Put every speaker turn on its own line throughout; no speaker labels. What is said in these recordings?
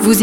Vous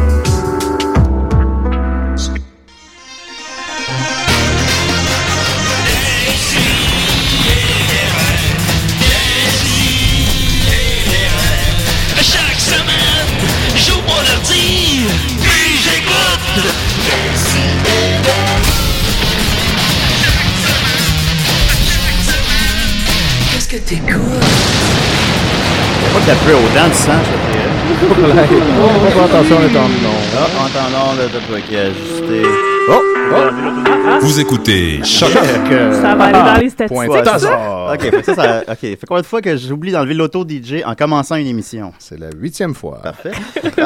Chaque semaine, j'ouvre mon ordi, puis j'écoute. Qu'est-ce que t'écoutes?
Pas de la pluie au dents du sang, ça fait.
Oh, oh, attention, on est en
Ah, entendons le toi qui a ajusté. Ah,
Oh!
Vous écoutez Choc
Ça va aller dans les
euh, ah, Point
statistiques.
fort.
ça.
Ok, fait que ça, ça, ok. Fait combien de fois que j'oublie d'enlever l'auto DJ en commençant une émission?
C'est la huitième fois.
Parfait.
Je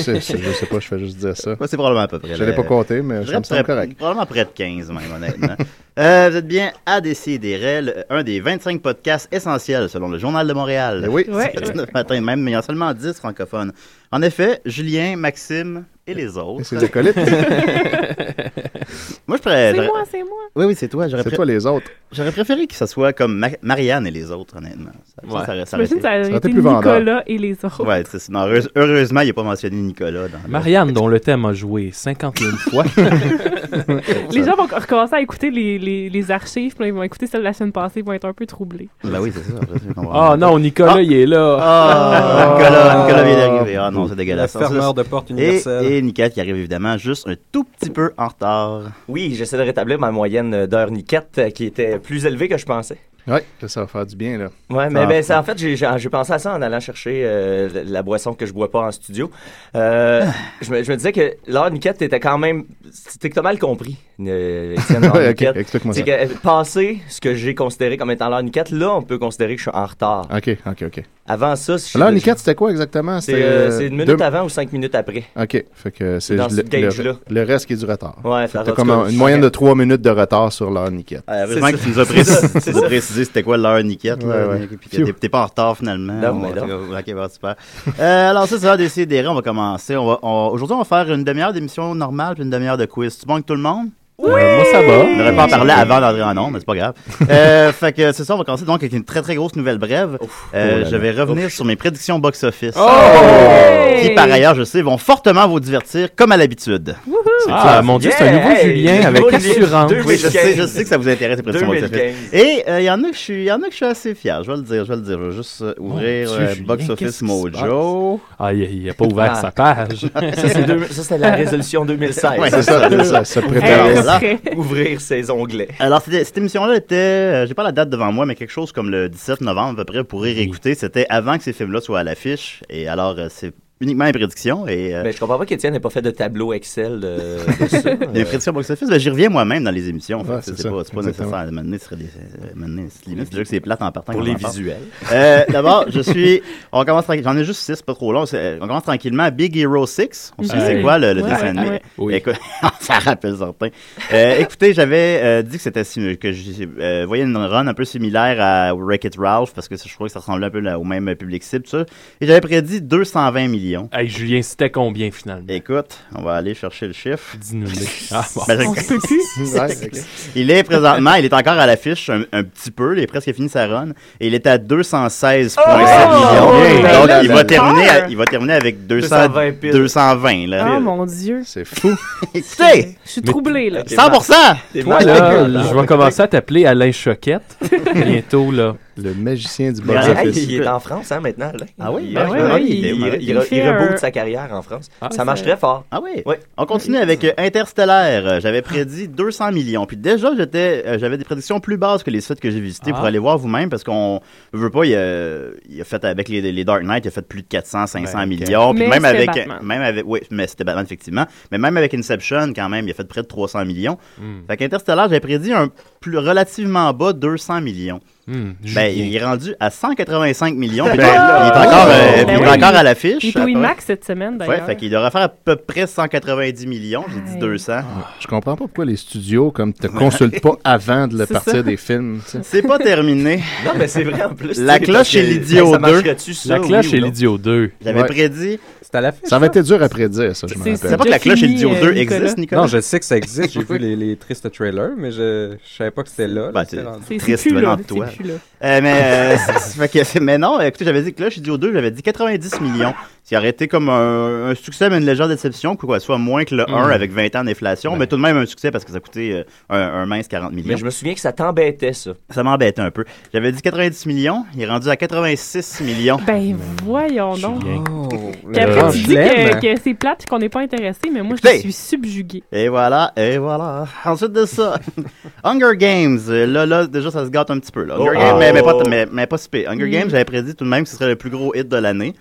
sais, je sais pas, je fais juste dire ça.
Ouais, c'est probablement à peu près.
Je l'ai pas compté, mais ça me semble correct.
Probablement près de 15, même, honnêtement. Euh, vous êtes bien à DCDRL, un des 25 podcasts essentiels selon le Journal de Montréal.
Eh oui.
Ouais.
C'est le matin même, mais il y en a seulement 10 francophones. En effet, Julien, Maxime et les autres.
C'est les acolytes.
Moi, je pourrais.
C'est moi, c'est moi.
Oui, oui, c'est toi. J'aurais
C'est
pré-
toi les autres.
J'aurais préféré que ça soit comme Ma- Marianne et les autres, honnêtement. Ça, ça, ça, ça aurait
J'imagine que
été-
ça aurait
aurait été
été
plus vendeur.
Nicolas et les autres.
Ouais, c'est- non, heureuse- heureusement, il n'a pas mentionné Nicolas. Dans le-
Marianne, dont le thème a joué 50 000 fois.
Les gens vont recommencer à écouter les, les, les archives, puis là, ils vont écouter celle de la semaine passée, ils vont être un peu troublés.
Ben oui, c'est ça. je comprends.
Ah non, Nicolas, il est là.
Ah, Nicolas, Nicolas vient d'arriver. Ah non, c'est dégueulasse.
fermeur de porte
Et,
universelle.
et Nicolas qui arrive évidemment juste un tout petit peu en retard.
Oui, j'essaie de rétablir ma moyenne d'heure niquette euh, qui était plus élevée que je pensais.
Ouais, ça, ça va faire du bien, là.
Ouais, mais
Ah.
ben, c'est- en fait, j'ai- j'ai j'ai pensé à ça en allant chercher euh, la- la boisson que je bois pas en studio. Euh, je, me, je me disais que l'heure niquette était quand même. C'était que t'as mal compris, euh, Étienne, l'heure
Ouais, ok,
niquette.
explique-moi ça.
C'est que euh, passer ce que j'ai considéré comme étant l'heure niquette, là, on peut considérer que je suis en retard.
Ok, ok, ok.
Avant ça, si je-
Alors, Nicat, c'était quoi exactement?
c'est euh, c'est une minute
deux-
avant ou cinq minutes après.
Ok, fait que c'est
Dans ce
le,
gauge-là.
le, le reste qui est du retard.
Ouais,
Fait que
ça
t'as comme un- une moyenne de 3 minutes de retard sur l'heure Nicat.
Ah, heureusement
C'est
que
ça.
tu nous as précisé,
C'est ça,
tu
c'est
nous as
ça.
précisé c'était quoi l'heure niquette. là,
Ouais, ouais.
Puis que t'es- t'es pas en retard finalement.
Non,
On-
mais
Ok, bon, super. Euh, alors, ça, c'est l'heure d'essayer des On va commencer. On va- on- Aujourd'hui, on va faire une demi-heure d'émission normale puis une demi-heure de quiz. Tu manques tout le monde?
Euh, moi, ça
On
va.
n'aurait pas en parlé avant d'entrer en nom, mais c'est pas grave. Euh, fait que c'est ça, on va commencer donc avec une très très grosse nouvelle brève. Euh, je vais revenir sur mes prédictions box-office.
Hey!
Qui par ailleurs, je sais, vont fortement vous divertir comme à l'habitude.
Ah, mon Dieu, c'est un nouveau
Yeah, hey,
Julien
nouveau
avec
Julien.
assurance.
Deux-
Oui, je sais, je sais que ça vous intéresse les prédictions box-office.
2015.
Et euh, il y en a que je suis, il y en a que je suis assez fier. Je vais le dire, je vais le dire. Je vais juste euh, ouvrir
Mon Dieu,
euh,
Julien,
Box
qu'est-ce
Office
qui se
Mojo.
Ah, il, il a pas ouvert
Ah.
sa page.
Ça, c'est deux- ça, c'était la résolution 2016.
Ouais,
C'est ça, c'est ça, se préparer.
Hey, après.
voilà.
Ouvrir ses onglets.
Alors, c'était- cette émission-là était, euh, j'ai pas la date devant moi, mais quelque chose comme le 17 novembre à peu près, vous pourrez réécouter. C'était avant que ces films-là soient à l'affiche. Et alors, euh, c'est uniquement les prédictions. Et, euh,
Mais je comprends pas qu'Étienne n'ait pas fait de tableau Excel de, de ça.
Les
Euh,
prédictions box-office, ben, j'y reviens moi-même dans les émissions. en fait.
Ouais,
c'est
c'est
c'est
ça.
pas, c'est pas
Exactement.
nécessaire. À un moment donné, ce serait des- euh, à un moment donné, c'est limite, c'est déjà que c'est plate en partant.
pour
qu'on
les
en parle.
visuels.
Euh, D'abord, je suis. On commence tranquille- J'en ai juste six, pas trop long. C'est- On commence tranquillement. à Big Hero 6. On sait
Mhm.
c'est quoi le, le
Ouais,
dessin
ouais,
animé.
ouais.
Oui.
Écoute, ça rappelle certains. Euh, écoutez, j'avais euh, dit que c'était sim- que je euh, voyais une run un peu similaire à Wreck-It Ralph parce que je trouvais que ça ressemblait un peu là, au même public cible, tout ça. Et j'avais prédit 220 millions.
Hey, Julien, c'était combien finalement?
Écoute, on va aller chercher le chiffre.
Dis-nous. le. Ah, bon.
Ben, je-
On se peut plus.
Ouais, ok.
Il est présentement, il est encore à l'affiche un, un petit peu, il est presque fini sa run, et il est à 216,7 millions.
Oh!
Bien.
Donc, il,
Bien.
va
Bien.
terminer à- il va terminer avec 200,
220 pile.
220. Là.
Oh mon Dieu.
C'est fou.
Écoutez,
Je suis
Mais-
troublée, là.
100%!
T'es
Toi,
mal
là,
dégueulasse.
je vais commencer à t'appeler Alain Choquette. Bientôt, là.
Le magicien du
Mais-
Hey,
box-office.
il est en France, hein, maintenant. là.
Ah oui?
il,
Ben
il-
oui,
il-
oui,
il-
il-
il-
il
il re-
fait
il
un-
reboot sa carrière en France.
Ah.
ça marche très fort.
Ah oui.
Oui.
On continue avec euh, Interstellaire. Euh, J'avais prédit 200 millions. Puis déjà, j'étais, euh, j'avais des prédictions plus basses que les sites que j'ai visités
Ah.
pour aller voir vous-même parce qu'on veut pas. Il, a- il a fait avec les, les Dark Knight, il a fait plus de 400, 500
Ben, ok.
millions. Puis
Mais
même
c'était
avec,
Batman.
même avec, oui, mais c'était Batman effectivement. Mais même avec Inception, quand même, il a fait près de 300 millions.
Hmm.
Fait qu'Interstellar, j'avais prédit un plus relativement bas 200 millions.
Hmm,
Ben,
Julien.
il est rendu à 185 millions. puis
Ben,
il est encore, euh, il est
Ben oui.
encore à l'affiche.
Il est au IMAX cette semaine,
Ouais,
d'ailleurs.
fait qu'il devrait faire à peu près 190 millions. J'ai dit
Aïe.
200.
Ah.
Je comprends pas pourquoi les studios comme te consultent pas avant de le
C'est
partir
ça.
des films. tu sais.
C'est pas terminé.
Non, mais c'est vrai en plus.
La
tu sais,
cloche
parce que-
et l'idiot
Hey, ça
deux.
marcherait-tu, ça,
La
oui
cloche
ou
et
non?
l'idiot 2.
J'avais
Ouais.
prédit.
C'est à la fin.
Ça aurait été dur à prédire, ça, je me
C'est- c'est-
C'est
rappelle.
pas que la
Déjà
cloche et
fini,
l'idiot
euh,
2
Nicolas.
existent, Nicolas?
Non, je sais que ça existe. J'ai vu les, les tristes trailers, mais je, je savais pas que c'était là. là,
Ben,
c'était
c'est-
rendu.
C'est c'est
Triste
plus
venant
là,
de
c'est
toi.
plus là.
Euh, mais, euh, c'est- c'est- fait que- c'est- mais non, écoutez, j'avais dit Cloche Idiot 2, j'avais dit 90 millions. Ce qui aurait été comme un, un succès, mais une légère déception, quoi, soit moins que le 1
Mm.
avec 20 ans d'inflation, mais tout de même un succès parce que ça coûtait euh, un, un mince 40 millions.
Ben. Mais je me souviens que ça t'embêtait, ça.
Ça m'embêtait un peu. J'avais dit 90 millions, il est rendu à 86 millions.
Ben, voyons donc.
Julien.
Oh,
Puis
le
après, tu dis que,
chelem.
que c'est plate qu'on n'est pas intéressé, mais moi,
Écoutez.
je suis subjuguée.
Et voilà, et voilà. Ensuite de ça, Hunger Games. Euh, Là, là, déjà, ça se gâte un petit peu. Là. Hunger
Oh.
Games, mais, mais pas,
Oh.
mais, mais pas si pire. Hunger
Mm.
Games, j'avais prédit tout de même que ce serait le plus gros hit de l'année.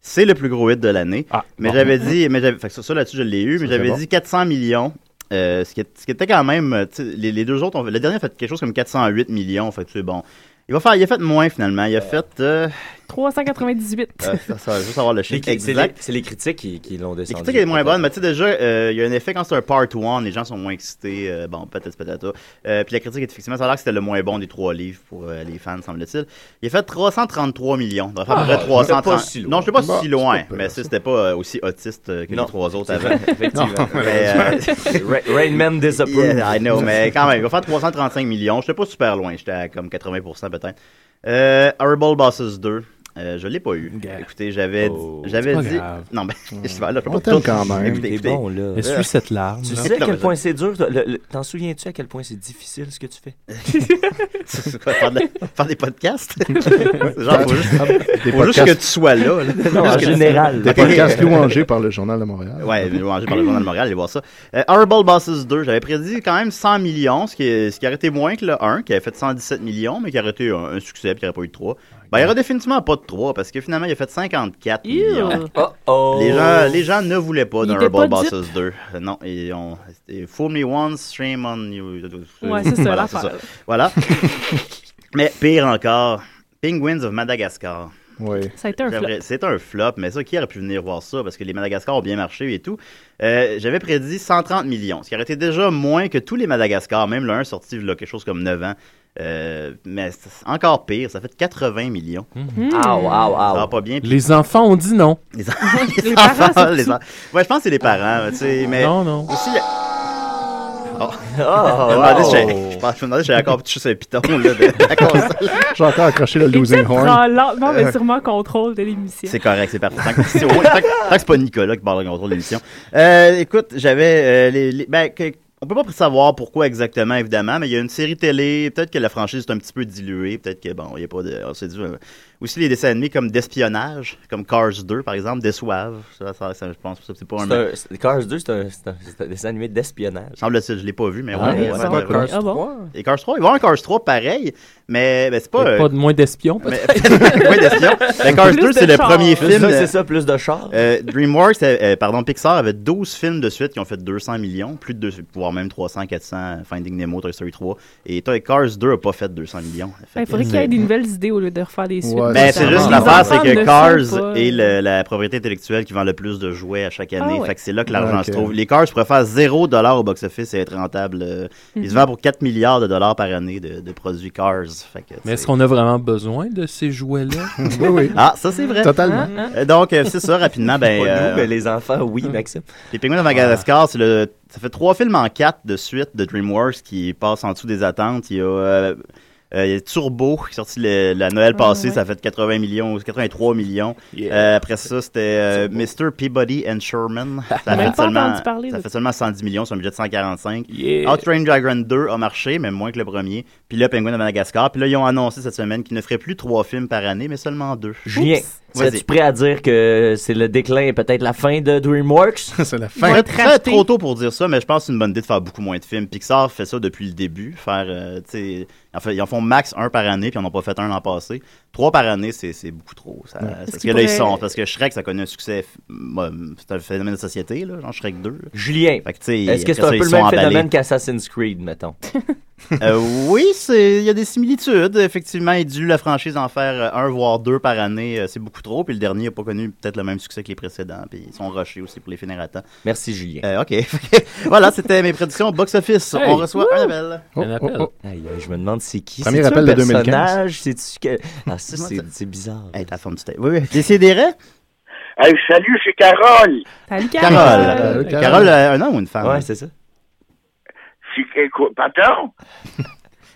C'est le plus gros hit de l'année.
Ah,
Mais
bon.
j'avais dit, mais j'avais, fait que ça, ça, là-dessus, je l'ai eu,
c'est
mais j'avais
bon.
dit 400 millions. Euh, ce, qui, est- ce qui était quand même, euh, tu sais, les, les deux autres, ont, fait- le dernier a fait quelque chose comme 408 millions, fait que c'est bon. Il va faire, il a fait moins finalement, il a fait, euh,
398.
euh, ça, ça va juste avoir le chiffre
C'est
exact.
les, c'est les critiques qui, qui l'ont descendu.
Les critiques est moins bonne, mais tu sais déjà, euh, il y a un effet quand c'est un part one, les gens sont moins excités, euh, bon, peut-être patata. Euh, puis la critique est effectivement, ça a l'air que c'était le moins bon des trois livres pour euh, les fans, semble-t-il. Il a fait 333 millions. Il va faire à peu près
Ah,
330.
c'est pas si loin.
Non, je sais pas
Bah,
si
c'est
loin,
pas pire,
mais ça,
ça.
c'était pas euh, aussi autiste euh, que
Non.
les trois autres
C'est
avant.
vrai, effectivement.
Mais, euh,
Ra- Rain Man disapprove.
Yeah, I know, mais quand même, il va faire 335 millions. J'étais pas super loin, j'étais à comme 80% peut-être. Euh, Horrible Bosses 2. euh, je l'ai pas eu.
Yeah.
Écoutez, j'avais
Oh,
j'avais
c'est pas
dit
grave.
non mais je vais là, je
On
vais pas
t'aime
tout-
quand même.
Écoutez,
T'es
écoutez.
bon, là.
Essuie cette larme.
Tu
Non.
sais à
Non, mais
quel
je-
point c'est dur. toi, le- le- T'en souviens-tu à quel point c'est difficile ce que tu fais?
C'est quoi, faire, de la- faire des podcasts Genre, faut juste,
Des
faut juste que
podcasts,
tu sois là. là.
Non, en général.
des
Ok.
podcasts louangés par le Journal de Montréal.
Ouais, mais mangé par le journal de Montréal, allez voir ça. Euh, Horrible Bosses 2, j'avais prédit quand même 100 millions, ce qui, est- ce qui aurait été moins que le 1, qui avait fait 117 millions, mais qui aurait été un, un succès, puis qui n'aurait pas eu de 3. Ben, il n'y aurait définitivement pas de 3, parce que finalement, il a fait 54 millions.
Ew.
Oh oh!
Les gens, les gens ne voulaient pas
Il
d'un
était
Horrible
pas
Bosses 2. Euh, Non, ils ont. c'était Fool me once, shame on you.
Ouais, c'est ça,
Voilà, c'est ça.
l'affaire.
Voilà. mais pire encore, Penguins of Madagascar.
Ouais.
Ça a été un flop.
J'aimerais- C'est un flop, mais ça, qui aurait pu venir voir ça? Parce que les Madagascar ont bien marché et tout. Euh, J'avais prédit 130 millions, ce qui aurait été déjà moins que tous les Madagascar, même le 1 sorti là, quelque chose comme 9 ans. Euh, mais c'est encore pire, ça fait 80 millions.
Hmm.
Ow,
Ça
ow,
va
ow.
pas bien. Puis
Les enfants ont dit non.
Les, enfants-
Les parents sont
les enfants- Ouais, je pense que c'est les parents, tu sais, mais...
Non, non.
Aussi, le-
Oh,
je me demandais
wow.
si j'avais- je pense- je me demandais si j'avais encore touché ce piton là, de la console.
J'ai encore accroché le
Il était
Losing Horn.
branlant. Non, mais sûrement contrôle de l'émission.
Euh, C'est correct, c'est parfait. Tant que c'est, au moins- tant que- tant que c'est pas Nicolas qui parle le contrôle de l'émission. Euh, écoute, j'avais euh, les, les- ben, que- on peut pas savoir pourquoi exactement, évidemment, mais il y a une série télé. Peut-être que la franchise est un petit peu diluée. Peut-être que bon, il y a pas de. On s'est dit, euh, aussi les dessins animés comme d'espionnage, comme Cars 2 par exemple, déçoivent. Ça, ça, ça, je pense que c'est pas un.
C'est un- c'est- Cars 2, c'est un, c'est un, c'est un dessin animé d'espionnage.
Semble-t-il, je l'ai pas vu, mais
Ah,
ouais,
mais
ouais,
c'est
pas
ouais,
Cars.
ouais.
Ah bon?
Et Cars 3, il va y avoir un Cars 3 pareil, mais ben, c'est pas.
Pas
euh,
de moins d'espions. peut-être.
mais- Ouais, d'espion. Mais Cars
Plus
2, c'est
de
le
chars.
premier
Plus
film.
de-
de-
C'est ça, plus de chars.
Euh, DreamWorks, euh, euh, pardon, Pixar avait 12 films de suite qui ont fait 200 millions, plus de 200, voire même 300, 400, Finding Nemo, Toy Story 3. Et Toy Cars 2 a pas fait 200 millions. Fait
il
que-
faudrait qu'il y ait des nouvelles idées au lieu de refaire des suites.
Ouais, Ça
Ben, c'est
marche.
juste
Les
l'affaire, c'est
enfants ne
que
sont
Cars
pas-
est le- la propriété intellectuelle qui vend le plus de jouets à chaque année.
Ah ouais.
Fait que c'est là que l'argent
Ok.
se trouve. Les Cars pourraient faire 0 dollar au box-office et être rentable. euh, Ils
Mm-hmm.
se vendent pour 4 milliards de dollars par année de, de produits Cars. Fait que,
Mais est-ce
c'est-
qu'on a vraiment besoin de ces jouets-là?
Oui, oui.
Ah, ça c'est vrai.
Totalement.
Euh, Donc, euh, c'est ça, rapidement. Ben,
Pas
euh,
nous, mais les enfants, oui, ben, Maxime.
Les Pingouins de Madagascar, c'est le, ça fait trois films en quatre de suite de DreamWorks qui passent en dessous des attentes. Il y a, euh, euh, il y a Turbo qui est sorti le- la Noël
Ah,
passée,
ouais.
ça a fait 80 millions, 83 millions. Euh, après ça, c'était euh, Mr. Peabody and Sherman. Ça a
Même
fait
pas
seulement,
entendu parler
ça
de-
fait seulement 110 millions sur un budget de 145.
Yeah.
Outrain Dragon 2 a marché, mais moins que le premier. Puis là, Pingouin de Madagascar. Puis là, ils ont annoncé cette semaine qu'ils ne feraient plus trois films par année, mais seulement deux.
Julien,
Vas-y.
serais-tu prêt à dire que c'est le déclin et peut-être la fin de DreamWorks?
C'est la fin.
Très,
va te
très
racheter.
trop tôt pour dire ça, mais je pense que c'est une bonne idée de faire beaucoup moins de films. Pixar fait ça depuis le début. Faire, euh, tu sais, en fait, ils en font max un par année, puis ils n'en ont pas fait un l'an passé. Trois par année, c'est c'est beaucoup trop. Ça, c'est Parce
qu'il
que là, ils
pourrait-
sont. Parce que Shrek, ça connaît un succès. f- bon, c'est un phénomène de société, là, genre Shrek 2.
Julien,
Fait que, tu sais,
est-ce que c'est
après ça, ils
un peu le
sont
même
emballés.
phénomène qu'Assassin's Creed, mettons?
Euh, oui, c'est- il y a des similitudes. Effectivement, il dû la franchise en faire euh, un voire deux par année. euh, C'est beaucoup trop. Puis le dernier n'a pas connu peut-être le même succès que les précédents. Puis ils sont rushés aussi pour les finir à temps.
Merci, Julien.
Euh, OK. voilà, c'était mes prédictions box-office.
Hey,
On reçoit un appel.
Un
Oh,
Oh,
appel.
Aïe, aïe, je me demande c'est qui.
Premier
C'est-tu
appel
un
de 2015?
personnage? C'est-tu que... Ah, ça, c'est c'est bizarre.
Hey, ta forme du tête. Oui, oui. Décidérez.
Hey, salut, c'est Carole.
Salut,
Carole.
Carole.
Euh, Carole, euh, un homme ou une femme?
Ouais, c'est ça.
C'est que- quoi, pardon?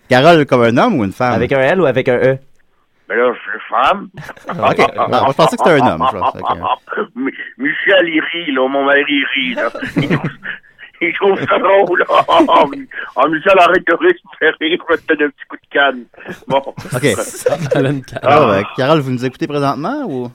Carole comme un homme ou une femme?
Avec un L ou avec un E?
Ben là, je suis femme.
Ah, OK. Bon, je pensais que c'était un homme. je pensais que-
Mi- Michel, il rit, là. Mon mari, il rit, là. Il trouve, il trouve ça drôle. Oh, oh, oh. Oh, Michel, arrête de respirer. Je vais te donner un petit coup de canne. Bon.
OK.
Elle a une carte.
Alors, euh, Carole, vous nous écoutez présentement ou?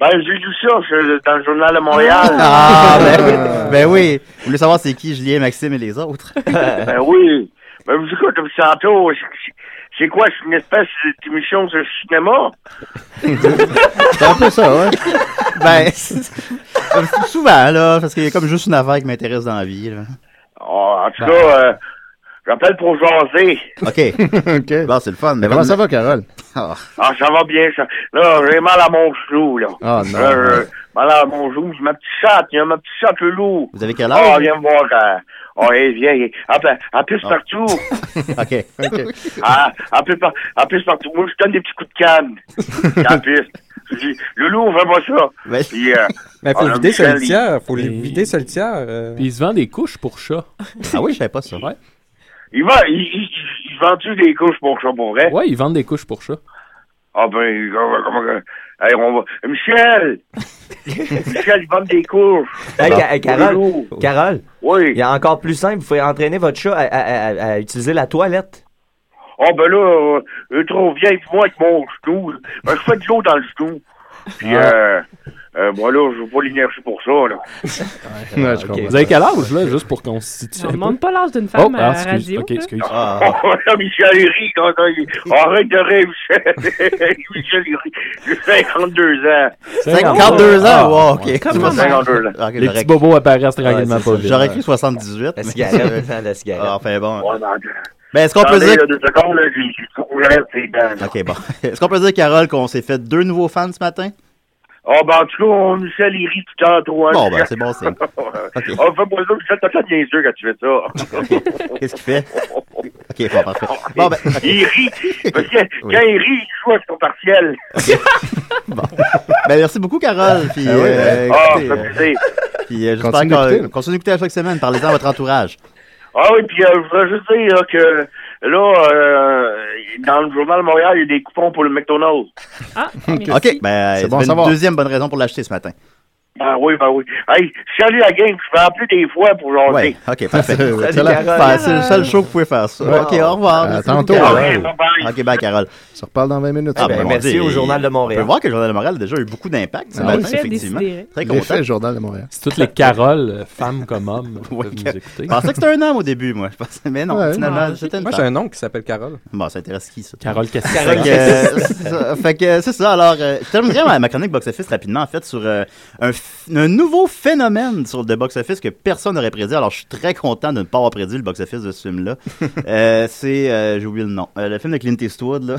Ben, j'ai lu ça je- dans le journal de Montréal.
Ah, ben oui. Ben oui. Vous voulez savoir c'est qui, Julien, Maxime et les autres?
Ben oui. Ben, vous écoutez, depuis tantôt, c'est- c'est- c'est quoi? C'est une espèce d'émission sur le cinéma?
C'est un peu ça, ouais.
Ben, comme souvent, là, parce qu'il y a comme juste une affaire qui m'intéresse dans la vie, là. Ben,
Oh, en tout cas, euh, j'appelle pour jaser.
OK.
OK.
Bon, c'est le fun. Mais
Comment ça va, Carole?
Ah, ça va bien, ça. Là, j'ai mal à mon genou, là.
Ah, non.
Là, j'ai mal à mon genou. J'ai ma petite chatte, il y a ma petite chatte loulou.
Vous avez quel
Ah,
âge?
viens me voir. euh, Oh, hey, viens. hey. Elle, elle pisse partout.
OK.
OK.
Ah, elle, pisse par- elle pisse partout. Moi, je donne des petits coups de canne. Elle pisse. Je dis, Loulou, fais-moi ça.
Ben,
Puis, euh,
Mais faut
Ah,
vider sa
Michel,
litière. Faut les
il-
vider sa litière. euh.
Puis il se vend des couches pour chat.
ah oui, je savais pas ça.
Ouais.
il va, il, il, il- il vend-tu des couches pour ça, pour vrai?
Ouais, ils vendent des couches pour chat.
Ah, ben, comment, comment, hey, on va. Michel! Michel, il vend des couches.
Hey, Ca- hey, Carole,
Loulou.
Carole,
Oui.
il y a encore plus simple. Vous pouvez entraîner votre chat à, à- à- à utiliser la toilette.
Oh, ben là, euh, elle est trop vieille pour moi avec mon genou. Ben, je fais de l'eau dans le genou. Puis,
Ah.
euh, euh, moi, là, je pas l'énergie pour ça, là.
Ouais, je comprends.
Euh, Vous avez quel âge, là, juste pour qu'on se situe
On
un peu?
demande pas l'âge d'une
Oh,
femme à
ah,
la
excuse.
radio.
Ok,
là.
excuse.
Ah,
Oh, là, Michel, il rit. Non, non, il- Arrête de rire, Michel. Michel, il rit. J'ai 52 ans.
52 ans? Wow, OK.
J'ai 52 ans.
Ok,
Ah. Les
j'aurais-
petits bobos apparaissent tranquillement
Ouais, c'est
pas
ça.
vite.
J'aurais cru 78. mais-
La cigarette. la cigarette.
Ah, enfin bon.
Ouais, non,
Ben, est-ce qu'on peut
attendez,
dire.
là, deux secondes, là, j'ai j'ai trop raide, c'est dingue.
OK, bon. Est-ce qu'on peut dire, Carole, qu'on s'est fait deux nouveaux fans ce matin?
Ah, ben, en tout cas, on- Michel, il rit tout le temps, toi.
Bon, ben, c'est bon, c'est.
OK. Ah, fais-moi ça, Michel, t'as pas de niaiseux quand tu fais ça.
Qu'est-ce qu'il fait? OK, bon, parfait. Bon, ben, OK.
Il rit. Parce que
Oui.
quand il rit, il joue à son partiel.
Ben, merci beaucoup, Carole. Puis,
ben,
euh,
Ah,
écoutez,
ça
euh,
me fait
puis euh, j'espère
Continue
qu'on
d'écouter.
continue d'écouter à chaque semaine. Parlez-en à votre entourage.
Ah oui, puis euh, je voudrais juste dire là, que là, euh, dans le journal de Montréal, il y a des coupons pour le McDonald's.
Ah, merci.
OK, ben,
C'est
c'est
bon à
une
savoir.
deuxième bonne raison pour l'acheter ce matin.
Ben oui, ben oui. Hey, salut la gang, je vais appeler des fois pour jaser.
Ouais, Ah, OK, parfait.
Salut, Euh,
Excellent.
Carole.
Enfin, C'est le seul show que vous pouvez faire, ça. OK, au revoir.
À
Merci
tantôt.
beaucoup,
Ah,
Carole.
ok, bye bye.
OK, bye, Carole.
On se reparle dans 20 minutes.
Ah,
ça.
ben,
bon,
merci
on
au
dit-
Journal de
On peut
Montréal.
voir que le Journal de Montréal a déjà eu beaucoup d'impact ce
Ah,
matin,
Fait
effectivement.
décider.
Très content.
L'effet Journal de Montréal.
C'est toutes les Caroles, euh, femmes comme hommes, qui
Ouais,
peuvent
que-
nous écouter.
Je pensais que c'était un homme au début, moi. Je pensais, mais non,
Ouais.
finalement,
Ah,
c'était une
Moi, j'ai
femme.
un oncle qui s'appelle Carole.
Bon, ça intéresse qui, ça?
Carole Cassis.
Fait que, euh, c'est ça. Fait que, euh, c'est ça. Alors, euh, je terminerai ma- ma chronique box-office rapidement, en fait, sur euh, un, ph- un nouveau phénomène sur le box-office que personne n'aurait prédit. Alors, je suis très content de ne pas avoir prédit le box-office de ce film-là. Euh, c'est, euh, j'ai oublié le nom, Euh, le film de Clint Eastwood, là.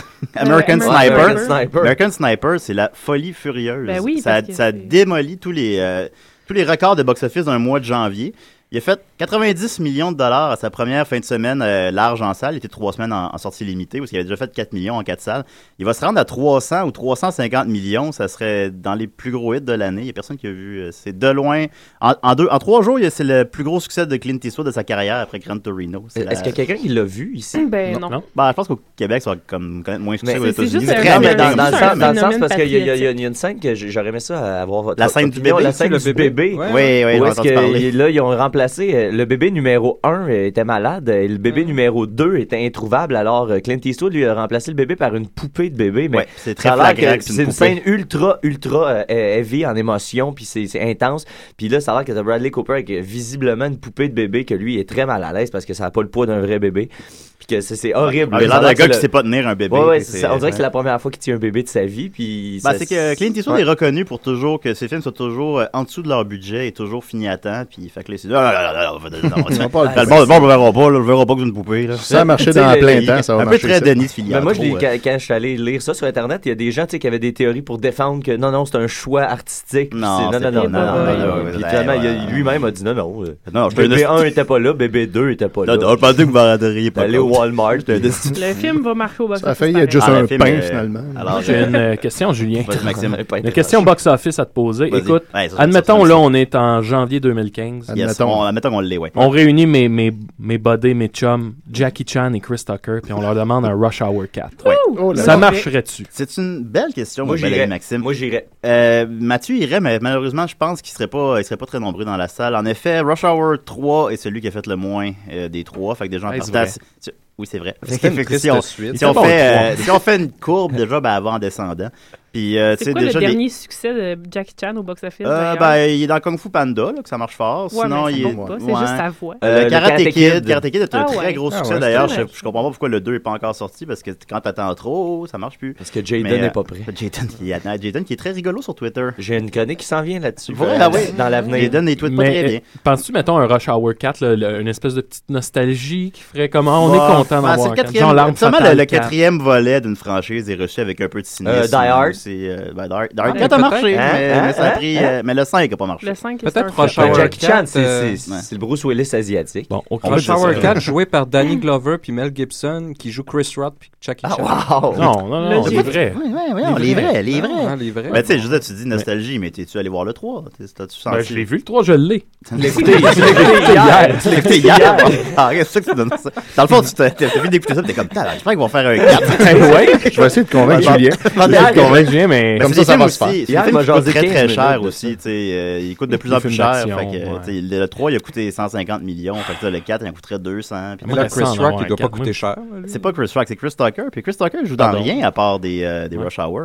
American
American Sniper.
American Sniper.
American Sniper, c'est la folie furieuse.
Ben oui,
ça
parce que
ça
c'est-
démolit tous les, euh, tous les records de box-office d'un mois de janvier. Il a fait 90 millions de dollars à sa première fin de semaine euh, large en salle. Il était trois semaines en, en sortie limitée parce qu'il avait déjà fait 4 millions en quatre salles. Il va se rendre à 300 ou 350 millions. Ça serait dans les plus gros hits de l'année. Il n'y a personne qui a vu. euh, C'est de loin. En, en deux, en trois jours, il- c'est le plus gros succès de Clint Eastwood de sa carrière après Gran Torino. C'est la-
Est-ce que quelqu'un qui l'a vu ici?
Ben non.
Non.
Ben, je pense qu'au Québec, ça va comme connaître moins de succès
Mais
aux
c'est- c'est
États-Unis.
juste
C'est
un-
très
Non, mais
c'est
dans,
américain.
dans le
juste
sens, dans le sens
phénomène
parce qu'il y, a- il y a-
patriotique.
il y a une scène que j'ai- j'aurais aimé ça avoir votre
La
votre
scène du
opinion,
bébé,
La
c'est
scène
le
du bébé.
Ouais.
Oui, oui,
Où
on a
est-ce
entendu parler.
que là, ils ont remplacé euh, le bébé numéro 1 était malade euh, et le bébé numéro 2 était introuvable. Alors, euh, Clint Eastwood lui a remplacé le bébé par une poupée de bébé. Mais
Ouais, c'est très
ça a l'air que-
flagrant que c'est une
C'est une
poupée.
scène ultra, ultra euh, euh, heavy en émotion, puis c'est c'est intense. Puis là, ça a l'air que t'as Bradley Cooper avec euh, visiblement une poupée de bébé que lui est très mal à l'aise parce que ça n'a pas le poids d'un vrai bébé. Puis que c'est- c'est horrible.
Ah, il a
Ça
l'air d'un
que
gars qui
le-
sait pas tenir un bébé.
Ouais, ouais,
C'est-
c'est ça. On dirait que c'est la première fois qu'il tient un bébé de sa vie. Puis
Ben,
ça-
c'est que Clint Eastwood
Ouais.
est reconnu pour toujours que ses films sont toujours euh, en dessous de leur budget et toujours finis à temps. Puis fait que là, c'est ah, là, là, là, on va donner- on va-
On parle
Ben, le monde, le monde le verra pas, là, le verra pas que c'est une poupée. Là.
Ça a marché
Tu sais,
dans
le-
plein
Il-
temps, ça va
un peu
marcher, ça.
très Denis de Filière.
Ben, moi, je l'ai-
trop, euh.
quand, quand je suis allé lire ça sur Internet, il y a des gens tu sais, qui avaient des théories pour défendre que non, non, c'est un choix artistique. puis
Non, c'est
c'est- non, non,
pas
non, non,
vrai.
non, non,
Ouais,
Puis
ouais,
finalement, il y a-
ouais.
lui-même a dit non, non. euh,
Non, je suis un
Bébé
esti-
1 était pas là, bébé 2 était pas là.
Non, non, je pensais que vous m'arrêteriez pas.
D'aller au
contre.
Walmart.
J'étais un
puis-
esti-
Le film va marcher au box
Ça a failli être juste
Ah,
un
le film,
pain,
euh,
finalement.
Alors,
J'ai
euh,
une euh, question, Julien.
vas-y, Maxime.
pas
Une question
intéressant.
box-office à te poser.
Vas-y.
Écoute,
Ouais, ça, ça,
admettons,
ça, ça,
là,
ça.
on est en janvier 2015.
Admettons.
Yes, on- admettons qu'on l'est, ouais.
On réunit mes, mes, mes buddies, mes chums, Jackie Chan et Chris Tucker, puis on leur demande un Rush Hour 4.
Oh là
Ça
là.
marcherait-tu?
C'est une belle question,
Moi,
mon bel ami
j'irais.
Maxime.
Moi, j'irais.
Euh, Mathieu irait, mais malheureusement, je pense qu'il serait pas, il serait pas très nombreux dans la salle. En effet, Rush Hour 3 est celui qui a fait le moins euh, des trois. Fait que des gens
Ah, c'est
partaient. à- Oui, c'est vrai.
C'était une
Fait que
triste
si on,
suite.
si on
Il était bon,
fait,
le
euh, si on fait une courbe déjà, ben avant en descendant. Puis euh, tu
C'est
sais
quoi le
déjà les-
dernier succès de Jackie Chan au box-office?
Euh,
d'ailleurs?
ben, il est dans Kung Fu Panda, là, que ça marche fort.
Ouais,
Sinon,
mais ça
il est.
compte pas, c'est
Ouais.
juste sa voix.
Euh,
Le
Karate,
Karate
Kid.
Kid.
Karate Kid est un
Ah
très
ouais.
gros
Ah
succès
ouais,
d'ailleurs.
c'est
Je,
vrai.
je comprends pas pourquoi le 2 est pas encore sorti parce que quand t'attends trop, ça marche plus.
Parce que
Mais,
Jaden
euh,
n'est pas prêt.
Jaden, il y a Jaden qui est très rigolo sur Twitter.
J'ai une chronique qui s'en vient là-dessus.
Ouais,
euh,
ah oui.
Dans l'avenir.
Jaden, il tweet pas
Mais,
très
euh,
bien.
Penses-tu, mettons, un Rush Hour 4, là, le- une espèce de petite nostalgie qui ferait comment on
Bon,
est content
ben,
d'avoir
c'est le
un quatre.
quatrième.
Genre l'arme
Seulement
fatale
le, le
4.
quatrième volet d'une franchise est reçu avec un peu de cynisme.
Euh, Die Hard.
C'est, euh, ben, Die Hard. Die Hard 4
Ah,
a
peut-être.
marché,
Hein,
mais,
hein,
mais ça a
hein,
pris, euh, mais le 5 a pas marché.
Le 5 est
Peut-être
un
Rush
flop.
Hour
Jackie Chan,
4.
c'est
euh,
c'est- c'est le Bruce Willis asiatique.
Bon, on
Rush
croit-
Hour 4 joué par
Mm.
Danny Glover puis Mel Gibson qui joue Chris Rock puis
Ah,
Jackie Chan.
Wow!
Non, non, non,
Le-
c'est vrai.
Oui, oui, oui, on est vrai, les vrais.
Ah, les vrais.
Ben, tu sais, Joseph, tu dis nostalgie, mais t'es-tu allé voir le 3? T'es- T'as-tu senti?
Ben, je l'ai vu, le 3, je l'ai.
Tu l'as écouté, tu l'as écouté hier. Tu l'as écouté hier. Ah, c'est ça que tu donnes ça. Dans le fond, tu t'as t'as fini d'écouter ça, pis t'es comme, Tain, j'espère qu'ils vont faire un 4.
ouais,
Je vais essayer de convaincre
Ouais.
Julien.
Dans
je
le
le
convainc-
convainc bien, mais.
Comme
Mais Ben, c'est
ça, ça
des
va
films
se faire.
aussi- c'est des
Hier,
films
moi,
qui
j'en
coûtent
dis
très
15
très cher
minutes de
aussi.
ça.
tu sais, euh, il coûte de plus
Des
en plus
films
cher.
d'action,
Fait que, euh,
ouais.
tu sais, le le 3, il a coûté 150 millions. Fait que là, le 4, il en coûterait 200. puis
Mais
Mais là,
Ouais,
Chris
ça, en
Rock,
avoir
il doit
quatre,
pas
moi.
coûter cher. lui.
C'est pas Chris Rock, c'est Chris Tucker. Puis Chris Tucker joue dans
Pardon.
rien à part des, euh, des
Ouais.
Rush Hour.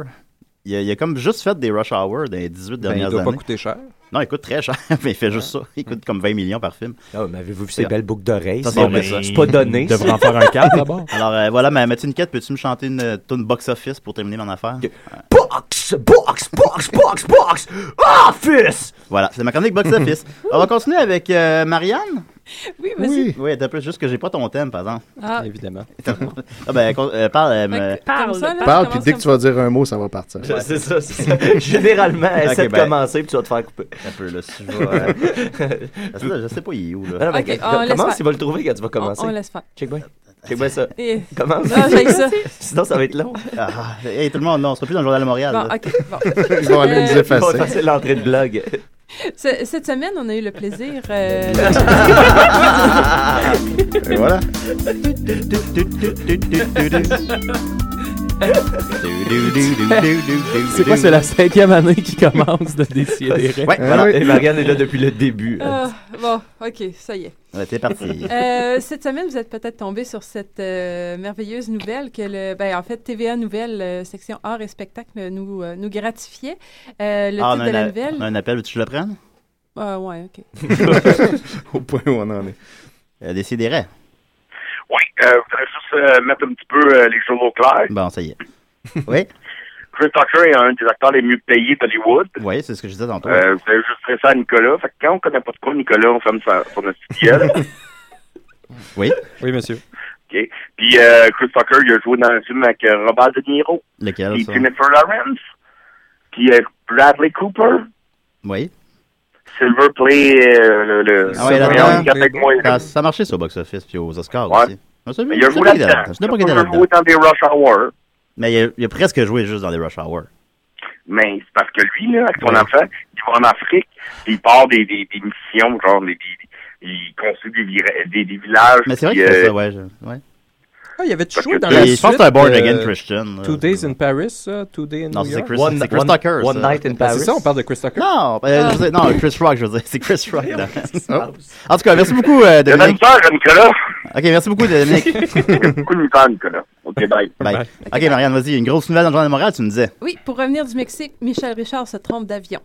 Il a, il a comme juste fait des Rush Hour dans les 18
Ben, il
dernières
doit pas
années.
coûter cher.
Non, il coûte très cher, mais il fait juste ça. Il coûte comme 20 millions par film.
Ah, mais avez-vous vu ces belles boucles d'oreilles?
Ça,
C'est
c'est
pas- c'est pas donné.
Il devrait en faire un 4 d'abord.
Alors euh, voilà, mais Mathieu Niquette, peux-tu me chanter une euh, tune box-office pour terminer mon affaire?
Box, box, box, box, box, Ah, office!
Voilà, c'est ma chronique box-office. On va continuer avec euh, Marianne.
Oui,
Oui.
Oui, t'as peu juste que j'ai pas ton thème, par exemple.
Ah,
Évidemment.
Ah ben, con- euh, parle. euh, me-
parle,
Parle,
là,
Parle,
je
puis
commence
dès que tu vas dire un mot, ça va partir.
C'est ça, c'est ça. Généralement, essaie de
ben-
commencer puis tu vas te faire couper.
Un peu, là, si je vais, euh, parce que là, je sais
Ah,
pas, il est où,
Non,
là.
non, mais
Ok, ah,
que-
on laisse
commence,
faire.
tu vas le trouver quand tu vas
comme-
commencer.
on, on laisse faire.
Check bien. Check bien ça.
Eh,
Commence.
Non, j'ai ça.
Sinon, ça va être long.
Ah, hey, tout le monde, non, on sera plus dans le Journal de Montréal.
Bon,
là.
ok. Bon.
Ils vont aller nous
Euh,
On va
effacer.
passer l'entrée de blog.
Ce- Cette semaine, on a eu le plaisir. euh,
Et voilà.
C'est quoi, c'est la cinquième année qui commence de décider.
Ouais,
Hein,
voilà.
Et Marianne est là depuis le début.
ah, bon, ok, ça y est.
Ouais, T'es parti.
Euh, cette semaine, vous êtes peut-être tombé sur cette euh, merveilleuse nouvelle que le, ben, en fait, TVA Nouvelle, euh, section art et spectacle, nous, euh, nous gratifiait. Euh, le
Ah, on
titre
a
de la
un-
nouvelle.
on a un appel, veux-tu que je le prenne?
Ah, ouais, ok.
Au point où on en est.
Euh, Décidérez.
Oui, euh, faudrait juste euh, mettre un petit peu euh, les choses au clair.
Bon, ça y est. Oui,
Chris Tucker est un des acteurs les mieux payés d'Hollywood.
oui, c'est ce que je disais tantôt.
Euh, vous avez juste fait ça à Nicolas. Fait que quand on connaît pas de quoi, Nicolas, on ferme sa, son astuce. OK.
Oui, monsieur.
Puis euh, Chris Tucker, il a joué dans un film avec euh, Robert De Niro,
Lequel,
puis
ça?
Jennifer Lawrence, puis euh, Bradley Cooper,
Oui.
Silver Play, euh, le... le
Ah ouais,
le-
là-dedans.
le- le- avec moi,
Ça, Ah, ça a marché sur Box-Office puis aux Oscars
Ouais.
aussi. Moi, ça,
Mais il a
je sais
joué
pas qu'il était
là-dedans.
là-dedans. Je
Il
n'ai
a
pas qu'il était
pas
là-dedans.
joué dans des Rush Hour,
Mais il a, il a presque joué juste dans des Rush Hour.
mais c'est parce que lui, là, avec son
Ouais.
enfant, il va en Afrique, puis il part des, des, des missions, genre des... des- il construit des, vira- des, des villages.
Mais c'est vrai
puis,
qu'il fait
euh,
ça, ouais. je- ouais.
Ah, il y avait joué dans
Et
la
je
suite.
pense que c'est un Born
euh,
Again Christian, là.
Two Days in Paris, ça? Two Days in
Non,
New
c'est
York?
Chris- One- c'est Chris one- Tucker, one ça. night in
Ben,
Paris.
C'est ça, on parle de Chris Tucker?
Non, euh,
Ah.
je veux dire- non, Chris Rock, je veux dire. C'est Chris Rock. là. Oh. En tout cas, merci beaucoup, euh,
Il y en a une
Dominique.
sœur, Nicolas.
OK, merci beaucoup, Dominique.
Beaucoup de temps, Nicolas. OK, bye.
Bye. OK, Marianne, vas-y. Une grosse nouvelle dans le journal de Montréal, tu me disais.
Oui, pour revenir du Mexique, Michel Richard se trompe d'avion.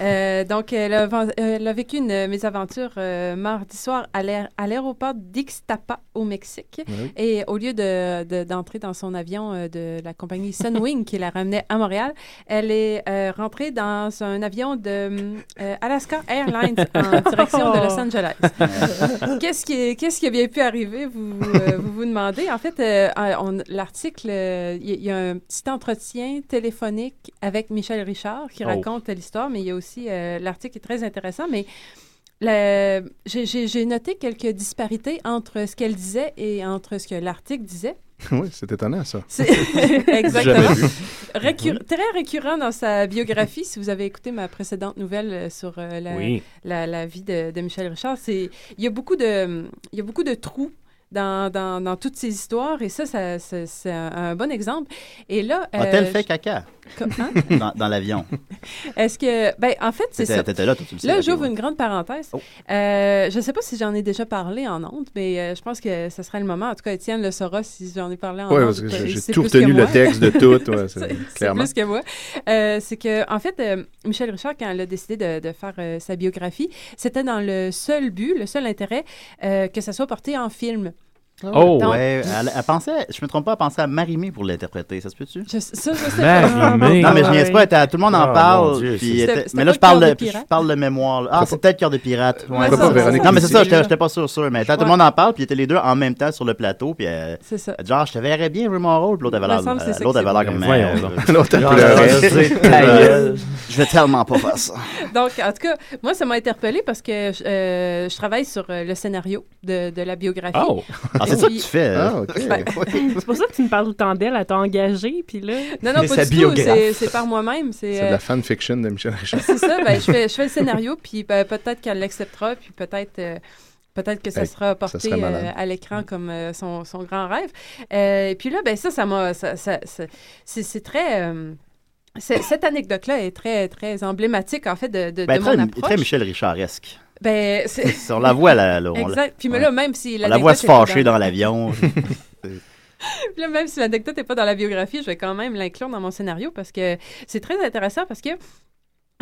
Euh, donc, elle a, ven- euh, elle a vécu une euh, mésaventure euh, mardi soir à l'air- à l'aéroport d'Ixtapa au Mexique.
Oui.
Et au lieu de- de- d'entrer dans son avion euh, de la compagnie Sunwing qui la ramenait à Montréal, elle est euh, rentrée dans un avion de hum, euh, Alaska Airlines en direction de Los Angeles. Qu'est-ce qui, est- qu'est-ce qui a bien pu arriver, vous euh, vous, vous demandez? En fait, euh, on- l'article, euh, il y, a- il y a un petit entretien téléphonique avec Michel Richard qui
Oh.
raconte l'histoire, mais il y a aussi, euh, l'article est très intéressant, mais la- j'ai- j'ai j'ai noté quelques disparités entre ce qu'elle disait et entre ce que l'article disait.
oui, c'est étonnant, ça.
C'est- Exactement.
Jamais vu.
Récu- Très récurrent dans sa biographie, si vous avez écouté ma précédente nouvelle euh, sur euh, la,
Oui.
la, la vie de, de Michel Richard, c'est il y a beaucoup de il y a beaucoup de trous. Dans, dans, dans toutes ces histoires, et ça, ça, ça- c'est un, un bon exemple. Et là.
A-t-elle
euh,
fait
je-
caca?
Com- hein?
Dans, dans l'avion.
Est-ce que. Ben, en fait, c'est
T'étais-
ça.
t'étais là, toi, tu le sais,
Là,
la Oh.
j'ouvre
vidéo.
une grande parenthèse. Euh, je ne sais pas si j'en ai déjà parlé en honte, mais euh, je pense que ce serait le moment. En tout cas, Étienne le saura si j'en ai parlé en
Ouais,
honte.
parce que j'ai-
Euh,
j'ai
c'est
tout
plus que
retenu le
moi.
texte de tout, ouais, c'est- clairement.
plus que moi. Euh, c'est que, en fait, euh, Michel Richard, quand elle a décidé de, de faire euh, sa biographie, c'était dans le seul but, le seul intérêt, euh, que ça soit porté en film.
Oh!
Donc,
ouais, elle, elle pensait, je me trompe pas, elle pensait à Marimé pour l'interpréter, ça se peut-tu?
Je, ça, je sais pas.
Marimé! Non, mais je niaise pas, elle était- tout le monde en
Ah,
parle.
mon Dieu,
puis
c'est-
elle était-
C'était-
mais là, je
c'était pas
parle,
Cœur
de,
de pirate?
je parle de mémoire. là. Ah, c'est peut-être Cœur de pirate.
Ouais, Pourquoi ça, pas ça, Véronique
Non, mais c'est
Cloutier?
ça, j'étais j'étais pas sûr, sûr. Mais tout le
Ouais.
monde en parle, puis ils étaient les deux en même temps sur le plateau. Puis euh,
C'est ça.
genre, je te verrais bien jouer mon rôle, puis l'autre avait
Il me
l'air
semble que c'est
euh,
ça
l'autre
que
avait l'air comme.
c'est. Voyons donc.
euh,
L'autre a
genre,
pleuré.
euh,
C'est ta gueule.
Je vais tellement pas faire ça.
Donc, en tout cas, moi, ça m'a interpellée parce que euh, je travaille sur euh, le scénario de, de la biographie.
Oh! Ah, c'est ça que tu fais, hein? Ah, ok.
Ben,
c'est pour ça que tu me parles tout le temps d'elle, elle t'a engagée, puis là...
Non, non,
Mais
pas
sa
du tout.
biographe.
C'est c'est par moi-même. C'est
C'est de
euh,
la fanfiction de Michel Richard.
c'est ça. ben, je, fais, je fais le scénario, puis ben, peut-être qu'elle l'acceptera, puis peut-être euh, peut-être que ça
Hey,
sera
ça
porté
serait malade. Mm.
euh, à l'écran comme euh, son, son grand rêve. Euh, et puis là, ben, ça, ça m'a. ça- ça- ça- c'est c'est très. euh, c'est- cette anecdote-là est très, très emblématique, en fait, de, de,
Ben,
de
très,
mon approche.
très Michel Richaresque.
Ben, c'est-
C'est- on la voit, là, là, on la-
exact. Puis mais là, même si
On la voit se
l'anecdote est
fâcher dans l'avion.
Puis là, même si l'anecdote n'est pas dans la biographie, je vais quand même l'inclure dans mon scénario parce que c'est très intéressant parce que.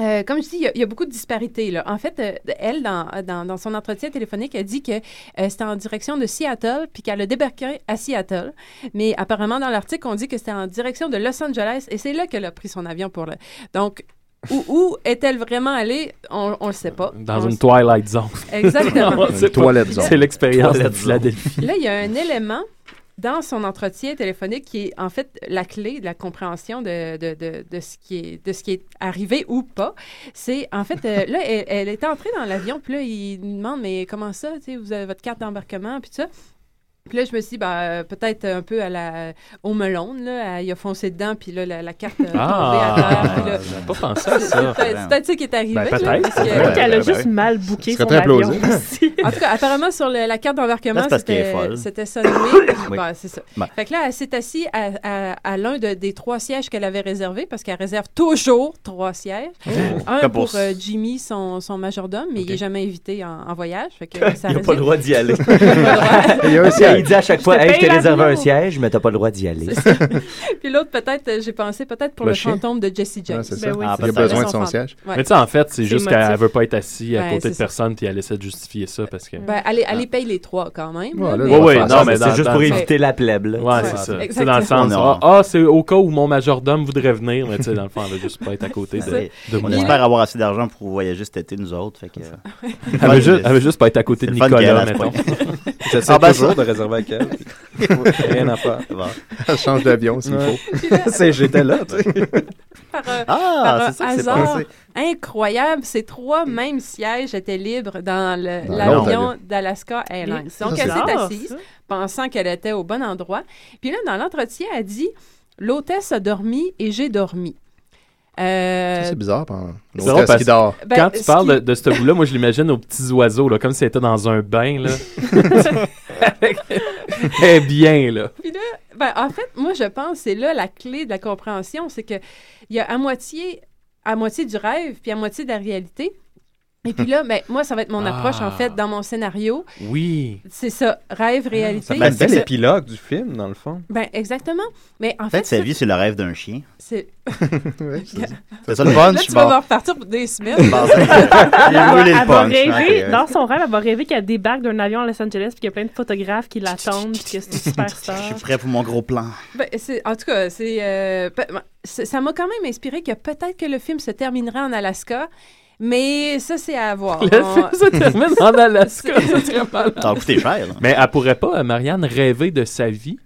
euh, comme je dis, il y a- il y, a beaucoup de disparités. Là. En fait, euh, elle, dans, dans, dans son entretien téléphonique, elle dit que euh, c'était en direction de Seattle, puis qu'elle a débarqué à Seattle. Mais apparemment, dans l'article, on dit que c'était en direction de Los Angeles, et c'est là qu'elle a pris son avion pour le... Donc, où, où est-elle vraiment allée? On ne le sait pas.
Dans
On
une Twilight Zone.
Exactement.
C'est
Une
pas-
toilette zone.
C'est l'expérience de
Toilette zone.
Philadelphie.
Là, il y a un élément dans son entretien téléphonique qui est en fait la clé de la compréhension de, de, de, de ce, qui est, de ce qui est arrivé ou pas. C'est en fait, euh, là, elle, elle est entrée dans l'avion, puis là, il nous demande, mais comment ça, tu sais, vous avez votre carte d'embarquement, puis tout ça. Puis là, je me suis dit, ben, euh, peut-être un peu à la, au melon, là, à- il a foncé dedans, puis là, la, la carte a tombé
Ah,
à terre. puis là-
j'avais pas pensé à ça.
C'est peut-être- c'est peut-être ça qui est arrivé.
Ben,
là,
peut-être.
parce que-
Peut-être qu'elle a Ben, ben, juste ben.
mal booké
Ce serait son très avion plausible.
en tout cas, apparemment, sur le- la carte
Là,
d'embarquement,
c'est parce qu'elle est
c'était
folle.
c'était Sunwing.
Oui.
Bah, c'est ça.
Ben.
Fait que là, elle s'est assise à, à- à l'un de- des trois sièges qu'elle avait réservés, parce qu'elle réserve toujours trois sièges.
Oh.
Un
Comme
pour
pour-
euh, Jimmy, son, son majordome, mais il n'est jamais invité en, en voyage. Fait que ça
Il n'a
réserve-
pas le droit d'y aller.
Il y a un siège.
Il dit à chaque fois,
Je te
hey, je t'ai
paye
réservé un
l'avion.
siège, mais t'as pas le droit d'y aller.
Puis l'autre, peut-être, euh, j'ai pensé peut-être pour
Le
le,
chien.
fantôme de Jesse James.
c'est
Ben
ça.
oui,
Ah,
c'est
il a
ça,
besoin de son
fantôme.
siège.
Ouais.
Mais tu sais, en fait, c'est
C'est
juste qu'elle
motif.
veut pas être assise à
Ouais,
côté
c'est
de
ça.
personne puis elle essaie de justifier ça parce que.
Ben, allez, allez paye les trois quand même.
Ouais,
là,
là,
mais-
ouais, ouais,
faire
non,
ça,
mais
c'est
dans-
juste
dans-
pour
dans-
éviter la plèbe, là.
Ouais,
Ouais,
c'est ça. C'est
exactement.
dans le sens.
On
Ah,
a-
ah, c'est au cas où mon majordome voudrait venir, mais tu sais, dans le fond, elle veut juste pas être à côté de, de
Ben on
moi.
espère avoir assez d'argent pour voyager cet été, nous autres. Fait que, euh,
Elle veut juste- elle veut juste pas être à côté de
C'est le fun
Nicolas,
qu'elle a ce
mettons. bah,
point.
J'essaie
Ah, ben,
toujours
ça-
de réserver avec elle.
Rien à faire.
Bon.
Elle change d'avion, s'il
Ouais.
faut.
C'est- J'étais là, tu sais.
par un,
Ah,
par
c'est ça
un
qui s'est
hasard
passé.
incroyable, ces trois mêmes sièges étaient libres dans le-
Dans l'autre
l'avion
avion.
d'Alaska Airlines.
Ça,
Donc,
c'est
elle s'est
bizarre,
assise,
ça.
pensant qu'elle était au bon endroit. Puis là, dans l'entretien, elle dit « L'hôtesse a dormi et j'ai dormi. Euh,
Ça, C'est bizarre, pendant.
C'est drôle
L'hôtesse qui dort.
Ben,
quand tu
ce
parles
qui-
de, de ce bout-là, moi, je l'imagine aux petits oiseaux, là, comme si elle était dans un bain. Là. Eh bien, là.
Puis là, ben, en fait, moi, je pense que c'est là la clé de la compréhension, c'est qu'il y a à moitié, à moitié du rêve, puis à moitié de la réalité. Et puis là, ben, moi, ça va être mon approche,
Ah.
en fait, dans mon scénario.
Oui. Ah,
C'est ça, rêve, réalité.
fait un bel
Ben, C'est ça.
épilogue
du film, dans le fond.
Ben, exactement. Mais en fait,
Peut-être sa
ça-
vie, c'est le rêve d'un chien.
c'est...
C'est ça le punch,
Là, tu
bon.
vas me repartir pour des semaines.
Bon, c'est- Il a brûlé le
Elle va
punch. hein,
rêver,
Ok, ouais.
dans son rêve, elle va rêver qu'elle débarque d'un avion à Los Angeles puis qu'il y a plein de photographes qui l'attendent puis que c'est une
Je
superstar.
suis prêt pour mon gros plan.
Ben, c'est- en tout cas, c'est, euh, pe- ben, c'est- ça m'a quand même inspiré que peut-être que le film se terminerait en Alaska, mais ça, c'est à voir.
Le
On-
film se termine en Alaska.
Ah. C'est-
ça serait malade.
Ça a coûté cher. là.
Mais elle pourrait pas, euh, Marianne, rêver de sa vie.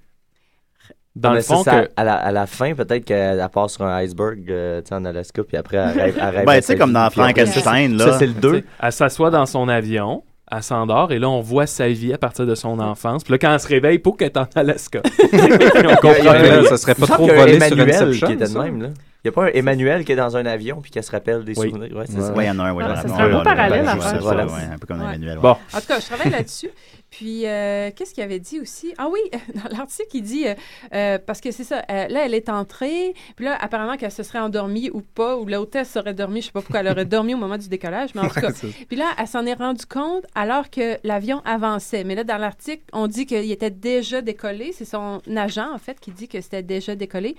Dans le
Ah, Mais ça,
fond,
ça,
que.
à, la, à la fin, peut-être qu'elle elle part sur un iceberg euh, tu sais, en Alaska, puis après, elle rêve. elle rêve
Ben,
à
tu sais,
sa
comme
vie,
dans
puis après,
Frankenstein,
Ça,
là.
c'est le 2.
T'sais, Elle s'assoit dans son avion, elle s'endort, et là, on voit sa vie à partir de son enfance. Puis là, quand elle se réveille, pour qu'elle est en Alaska. on comprend
là,
rien.
ça serait pas
Il me
trop
semble qu'il y a un
volé sur
Emmanuel
Inception.
qui était de
ça.
même, là. Il n'y a pas un Emmanuel qui est dans un avion puis qui se rappelle des
Oui.
souvenirs. Ouais, c'est ça.
Ouais, il y en a un. ouais,
Ah,
dans
ça
la-
serait un
ouais,
bon
ouais,
parallèle
ouais,
à
ouais,
faire.
c'est
Voilà.
ça, ouais, un peu comme dans
Ouais.
Emmanuel. ouais.
Bon.
En tout cas, je travaille là-dessus. Puis, euh, qu'est-ce qu'il avait dit aussi? Ah oui, dans l'article, il dit, euh, euh, parce que c'est ça, euh, là, elle est entrée, puis là, apparemment qu'elle se serait endormie ou pas, ou l'hôtesse serait dormie, je sais pas pourquoi elle aurait dormi au moment du décollage, mais en tout cas. Puis là, elle s'en est rendue compte alors que l'avion avançait. Mais là, dans l'article, on dit qu'il était déjà décollé. C'est son agent, en fait, qui dit que c'était déjà décollé.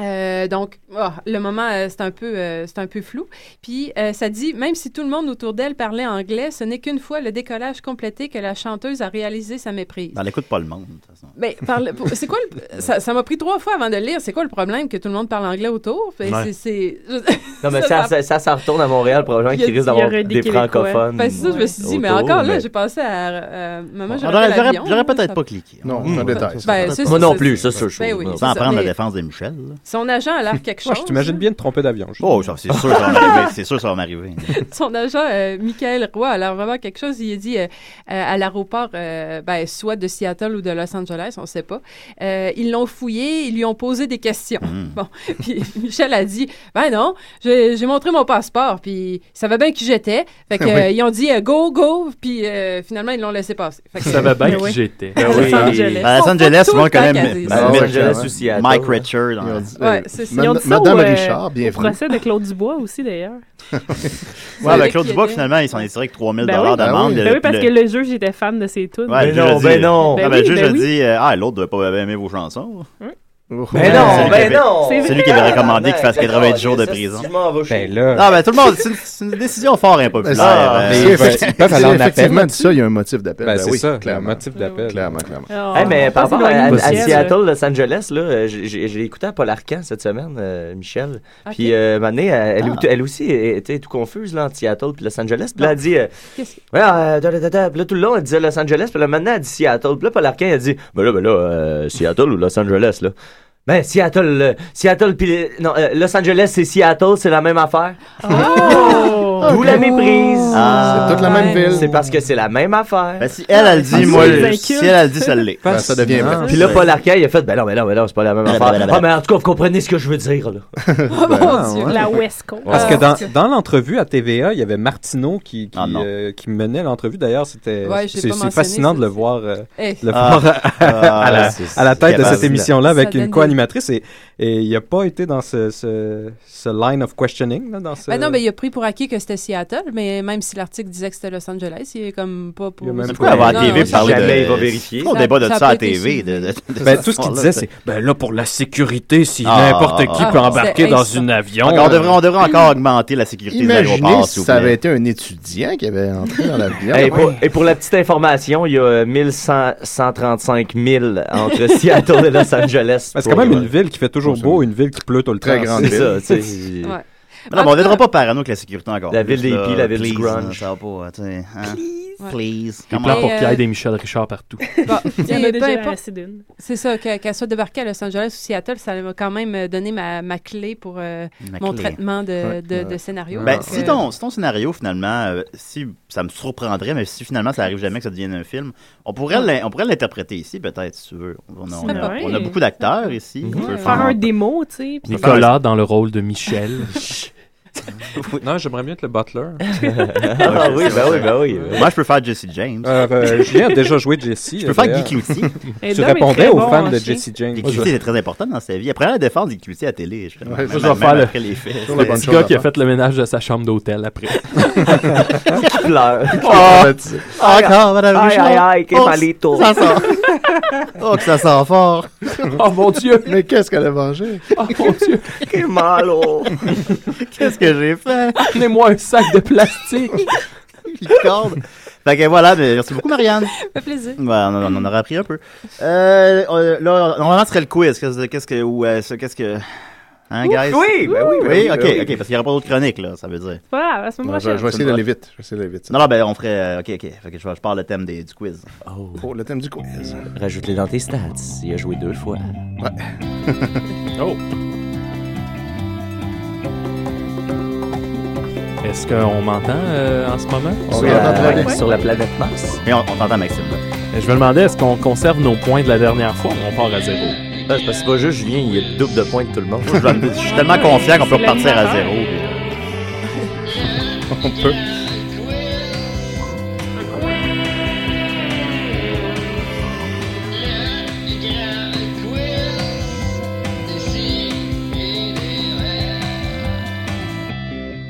Euh, donc, ah, le moment, euh, c'est un peu, euh, c'est un peu flou. Puis euh, ça dit, même si tout le monde autour d'elle parlait anglais, ce n'est qu'une fois le décollage complété que la chanteuse a réalisé sa méprise.
Dans l'écoute Ben, pas le monde, de toute façon.
Ben, parle- pour- c'est quoi le- ça, ça m'a pris trois fois avant de lire. C'est quoi le problème que tout le monde parle anglais autour? Ben,
Ouais.
c'est- c'est-
Non, mais
Ça,
ça,
ça-
ça, ça, ça retourne à Montréal, probablement,
Il y a-
qu'il risque
il y
d'avoir
aurait des
des
Québécois.
francophones.
Ben, c'est ça, je me suis dit, mais
autour,
encore là,
mais-
j'ai pensé à. euh, maman,
On
je
aurait-
rappelle
J'aurais
l'avion,
j'aurais
là,
peut-être
ça-
pas cliqué.
Non, on a des détail. ça.
Ben, c'est- c'est-
Moi non
c'est-
plus, ça, c'est sûr.
Ben oui,
Non.
c'est
Hum. Sans
ça.
prendre la
Mais
défense de Michel. là.
Son agent a l'air quelque
Ouais,
chose.
je t'imagine bien te tromper d'avion. je-
Oh, ça, c'est sûr, ça va m'arriver. C'est sûr, que ça va m'arriver.
Son agent, euh, Michael Roy, a l'air vraiment quelque chose. Il a dit euh, euh, à l'aéroport, euh, ben, soit de Seattle ou de Los Angeles, on ne sait pas. Euh, ils l'ont fouillé, ils lui ont posé des questions.
Mm.
Bon, puis Michel a dit, ben non, j'ai j'ai montré mon passeport, puis ils savaient bien qui j'étais. Fait que, euh, ils ont dit, euh, go, go, puis euh, finalement, ils l'ont laissé passer. Fait que-
Ça va bien
Ben
que
oui.
j'étais.
À Los Angeles.
À Ben, Los
Faut pas
Angeles,
tout
moi, on
le temps
connaît
qu'elle dise
Ma-
À Los
Ma-
Angeles ou Seattle.
Mike Richard. hein.
Ouais, c'est ça.
Ils ont dit ça
Madame
au, euh,
Richard,
au
bienvenue.
procès de Claude Dubois aussi, d'ailleurs.
Ouais,
C'est
ben
qui
Claude Dubois,
était-
finalement, il s'en est tiré avec 3000
Ben oui.
dollars d'amende.
Ben
Ben oui, parce
Le-
que le juge était fan de ses tunes.
Ouais,
Ben
le juge a
non,
dit-
ben non.
Ah,
Ben
ben, le
oui,
juge
ben
a
oui.
dit, euh, ah, l'autre devait pas aimer vos chansons.
Mais Ben non,
C'est lui
mais
qui
non!
avait-
C'est lui qui avait recommandé qu'il fasse
Tabarnak,
90 jours de
ça,
prison.
Je m'en vais chez
Ben là,
Ah, ben tout le monde, c'est une, c'est une décision fort impopulaire.
Ah,
euh,
mais
ben,
effectivement,
ils peuvent aller en
si effectivement,
appel.
dit ça, il y a un motif d'appel.
ben,
Ben
c'est
oui,
ça, le
clairement.
motif d'appel.
Clairement, clairement.
Oh,
Eh, mais
on
par
pense
rapport à,
éloigner
à- à
Michel,
Seattle, Los Angeles, là, euh, j'ai- j'ai j'ai écouté à Paul Arcan cette semaine, euh, Michel.
Ok,
Puis, euh, un moment donné, elle, elle-
Ah.
elle aussi était tout confuse là, entre Seattle puis Los Angeles. Puis là, elle dit. euh,
Qu'est-ce que-
ouais, euh, da, da, da, da. Puis là, tout le long, elle disait Los Angeles. Puis là, maintenant, elle dit Seattle. Puis là, Paul Arcan, elle dit Ben là, ben là, euh, Seattle ou Los Angeles, là. Ben, Seattle, euh, Seattle, puis. euh, Non, euh, Los Angeles et Seattle, c'est la même affaire.
Oh!
D'où la méprise.
Ah.
C'est toute la même
Ouais.
ville.
C'est parce que c'est la même affaire.
ben, si elle, elle dit,
Ah,
moi,
c'est
le-
inculte.
si elle, elle dit, ça l'est. Ah,
Ben, ça devient
Fascinant.
Puis là, Paul Arcand, il a fait Ben non, mais non, mais non, c'est pas la même affaire. Ah, mais en tout cas, vous comprenez ce que je veux dire, là.
Ben,
Oh
Ah,
mon Dieu.
La West Coast.
Ben, Parce
Ah,
que dans,
parce que-
dans l'entrevue à TVA, il y avait Martineau qui, qui,
Ah, non.
euh, qui menait l'entrevue. D'ailleurs, c'était
Ouais, je l'ai pas
c'est c'est
mentionné,
fascinant de le
ça.
voir, euh,
Eh,
de le
Ah.
voir à, à la, à la tête de cette émission-là avec
Ça
une
donne
co-animatrice. Et, et il n'a pas été dans ce, ce, ce line of questioning. Là, dans ce...
Ben non, mais il a pris pour acquis que c'était Seattle, mais même si l'article disait que c'était Los Angeles, il est comme pas pour.
Il a même
Mais pourquoi avoir
Non,
la TV
non,
parler de...
jamais il va vérifier.
On débat de
Ça-
ça,
ça a
à
pas été
TV.
suivi.
de- de- de-
Ben,
de-
tout ce qu'il
là,
disait,
ça-
c'est ben là, pour la sécurité, si
Ah,
n'importe qui
ah,
peut
ah,
embarquer
c'est
dans
insultant.
une avion.
Encore, on,
euh,
devrait, on devrait encore augmenter la sécurité des
Imaginez
aéroports, s'il
si
vous
ça avait
plaît.
été un étudiant qui avait entré dans l'avion.
Ah,
Et pour, et pour la petite information, il y a euh, 1100 135 000 entre Seattle et Los Angeles.
ben, c'est quand même
Pour,
une ville qui fait toujours
Pour-
beau, une ville qui pleut tout le temps.
Ah,
Très grande
euh, C'est
ville.
ça, tu sais.
Ouais.
Mais Non, mais on deviendra pas parano avec la sécurité encore.
La ville des
Là,
hippies, la ville du
please,
grunge.
là, Ça va pas, tu sais. hein.
Ouais.
Please.
Des
Come
plans
on.
pour
Mais,
qu'il y
euh,
ait des Michel Richard partout.
Bon,
Il y en a
peu
déjà
importe.
assez d'une.
C'est ça, que- qu'elle soit débarquée à Los Angeles ou Seattle, ça m'a quand même euh, donné ma, ma clé pour euh,
Ma
mon
clé.
traitement de,
Ouais.
de- de scénario.
Ben,
Donc,
si,
euh,
ton, si ton scénario, finalement, euh, si ça me surprendrait, mais si finalement ça arrive jamais que ça devienne un film, on pourrait l'in- on pourrait l'interpréter ici, peut-être, si tu veux. On a, on a-
Ouais.
on a beaucoup d'acteurs ici. On peut
Faire
faire-
un démo, tu sais. puis-
Nicolas dans le rôle de Michel.
Non, j'aimerais mieux être le butler.
Ah oui, ben oui, ben oui. Moi, je peux faire Jesse James.
Euh, euh, Julien a déjà joué Jesse. euh,
Je peux faire
d'ailleurs.
Guy Cloutier.
Et Tu l'homme est répondais très aux bon fans en de chien. Jesse James.
Guy Cloutier est très important dans sa vie. Après, la défense Guy Cloutier à la télé. justement.
Ouais,
Même-
ça, je vais
même
faire le-
après les faits.
le petit gars qui a fait le ménage de sa chambre d'hôtel après.
Qui
pleure.
Ah, encore, madame
Aïe,
Richard.
aïe, aïe, que
Oh,
malito.
Ça sent. Oh, que ça sent fort.
oh mon Dieu.
Mais qu'est-ce qu'elle a mangé?
Oh mon Dieu.
Que malo.
oh. Qu'est-ce que j'ai fait?
Donnez-moi un sac de plastique.
Licorne. Fait que voilà, mais merci beaucoup, Marianne.
fait plaisir.
Ouais, on, on en aura appris un peu. Euh, on- là, normalement, ce serait le quiz. Qu'est-ce que. Qu'est-ce que. ou, euh, ce- qu'est-ce que... Hein,
Ouh,
guys?
oui, ben oui, ben oui,
ok,
ben oui.
ok, parce qu'il n'y aura pas d'autres chroniques, là, ça veut dire.
Voilà, à la semaine
Ouais, je,
prochaine.
je vais essayer d'aller vite. Je vais essayer d'aller vite. ça.
Non, non, ben on ferait. euh, ok, ok. Fait que je, je parle le thème des- du quiz.
Oh, le thème du quiz.
Rajoute-les dans tes stats. Il a joué deux fois.
Oh. Est-ce qu'on m'entend euh, en ce moment?
On est en train de-
Sur la planète Mars.
Mais on, on t'entend, Maxime. là.
Euh, Je me demandais, est-ce qu'on conserve nos points de la dernière fois ou on part à zéro?
Ah, c'est parce que c'est pas juste Julien, il est double de points que tout le monde.
Moi, je, vais- je suis tellement confiant qu'on peut repartir à zéro. puis- euh,
On peut.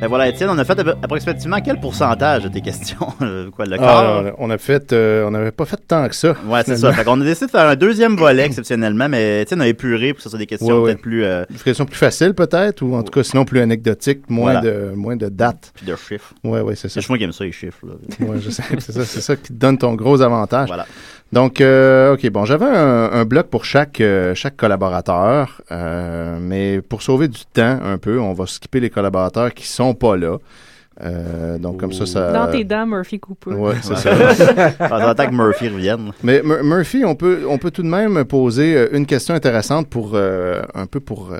Ben voilà, Étienne, on a fait à peu- approximativement quel pourcentage de tes questions? euh, Quoi, le
Ah,
quart?
on a- on a fait. euh, on n'avait pas fait tant que ça.
Ouais, c'est
finalement.
ça. Fait qu'on a décidé de faire un deuxième volet exceptionnellement, mais Étienne a épuré pour que ce soit des questions
Ouais, ouais.
peut-être plus, euh,
Une question plus facile, peut-être, ou en tout cas, sinon plus anecdotique, moins,
Voilà.
de, moins de dates.
plus de chiffres.
Ouais, ouais, c'est ça.
C'est moi qui aime ça, les chiffres. Là.
Ouais, je sais, c'est ça, c'est ça qui te donne ton gros avantage.
Voilà.
Donc, euh, OK, bon, j'avais un, un bloc pour chaque, euh, chaque collaborateur, euh, mais pour sauver du temps un peu, on va skipper les collaborateurs qui sont pas là. Euh, donc, comme ça, ça...
Dans tes dents, Murphy Cooper.
Ouais, c'est ça.
En tant que Murphy revienne.
Mais Mur- Murphy, on peut, on peut tout de même poser euh, une question intéressante pour euh, un peu pour euh,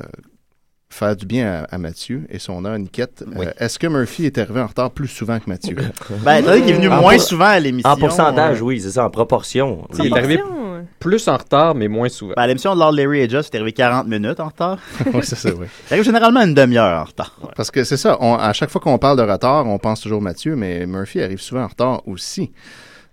faire du bien à, à Mathieu et son heure Niquette.
Oui.
Euh, Est-ce que Murphy est arrivé en retard plus souvent que Mathieu?
Ben, étant donné qu'il est venu
En
moins
pour-
souvent à l'émission.
En pourcentage,
euh,
oui, c'est ça, en proportion.
Il est arrivé plus en retard, mais moins souvent.
ben, à l'émission de Lord Larry et Just, il est arrivé 40 minutes en retard.
oui, ça, c'est vrai.
Il arrive généralement une demi-heure en retard.
Parce que c'est ça, on- à chaque fois qu'on parle de retard, on pense toujours Mathieu, mais Murphy arrive souvent en retard aussi.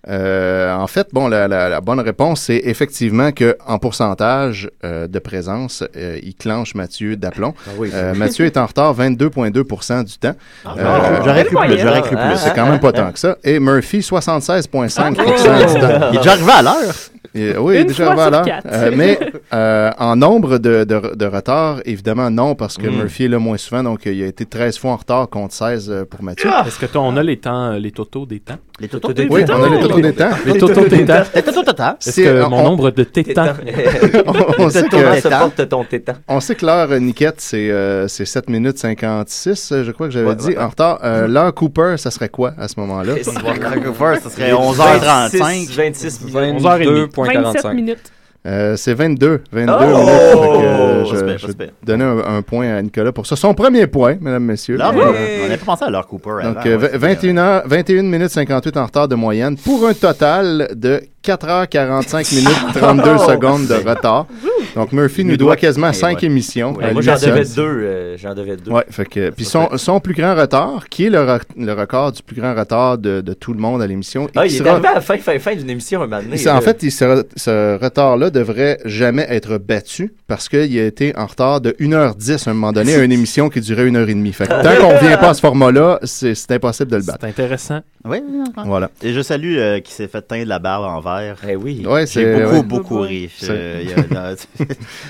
Euh, en fait, bon, la, la- la bonne réponse, c'est effectivement que en pourcentage euh, de présence, euh, il clenche Mathieu d'aplomb.
Ah
Euh, Mathieu est en retard 22,2 du temps.
Ah,
Euh,
J'aurais pu plus,
incroyable.
j'aurais cru
Ah,
plus.
c'est quand même pas tant que ça. Et Murphy, 76,5 du temps.
Il est déjà arrivé à l'heure.
Et- oui,
Ah, Une
déjà
fois
avant
sur
l'heure.
quatre.
Euh, mais euh, en nombre de, de, de retards, évidemment, non, parce
Mm.
que Murphy est là moins souvent. Donc, euh, il a été 13 fois en retard contre 16 euh, pour Mathieu.
Est-ce que toi, on a les temps, euh, les totaux Ah! des temps?
Les totos.
oui, on a les totaux des temps.
Les totaux des temps.
Les totos tata.
Est-ce
C'est,
que
euh,
mon
on-
nombre de tes temps?
Tétan.
On, on sait que,
Comment se porte ton tétan?
on sait que l'heure euh, niquette, c'est euh, c'est 7 minutes 56, euh, je crois que j'avais
Ouais,
dit.
ouais.
En retard, Euh, l'heure Cooper, ça serait quoi à ce moment-là?
Vancouver, ce serait 11h35.
26 millions.
27
22,45.
minutes.
Euh, c'est 22. 22
Oh!
minutes. Fait que, euh,
Oh, respect,
je, je
respect.
donnais un, un point à Nicolas pour ça. Son premier point, mesdames, messieurs.
L'heure,
Euh,
euh, on n'a pas pensé à l'heure Cooper. avant,
Donc, euh,
ouais, c'était,
21, heures, 21 minutes 58 en retard de moyenne pour un total de 4h45 minutes 32 secondes de retard. Donc, Murphy
Oh, Il
nous
nous
doit
doit-
quasiment
Eh
5
ouais.
émissions.
Ouais,
à
Moi, j'en
lui
devais
seul.
deux. euh, J'en devais deux.
Ouais, fait que, puis
Ça,
son, son plus grand retard, qui est le, re- le record du plus grand retard de, de tout le monde à l'émission. et
Ah,
qui
il est
sera-
arrivé à la fin, fin, fin d'une émission un moment donné.
C'est- en
là.
fait, il- ce, ce retard-là devrait jamais être battu parce qu'il a été en retard de 1h10 à un moment donné à une émission qui durait 1h30. Fait que tant qu'on ne revient pas à ce format-là, c'est c'est impossible de le battre.
C'est intéressant.
Oui, oui, oui.
Voilà.
Et je salue euh, qui s'est fait teindre la barbe en vert.
Eh oui.
Ouais,
J'ai
c'est
beaucoup,
ouais.
beaucoup ri.
C'est-
Euh, il y a- dans-
C'est-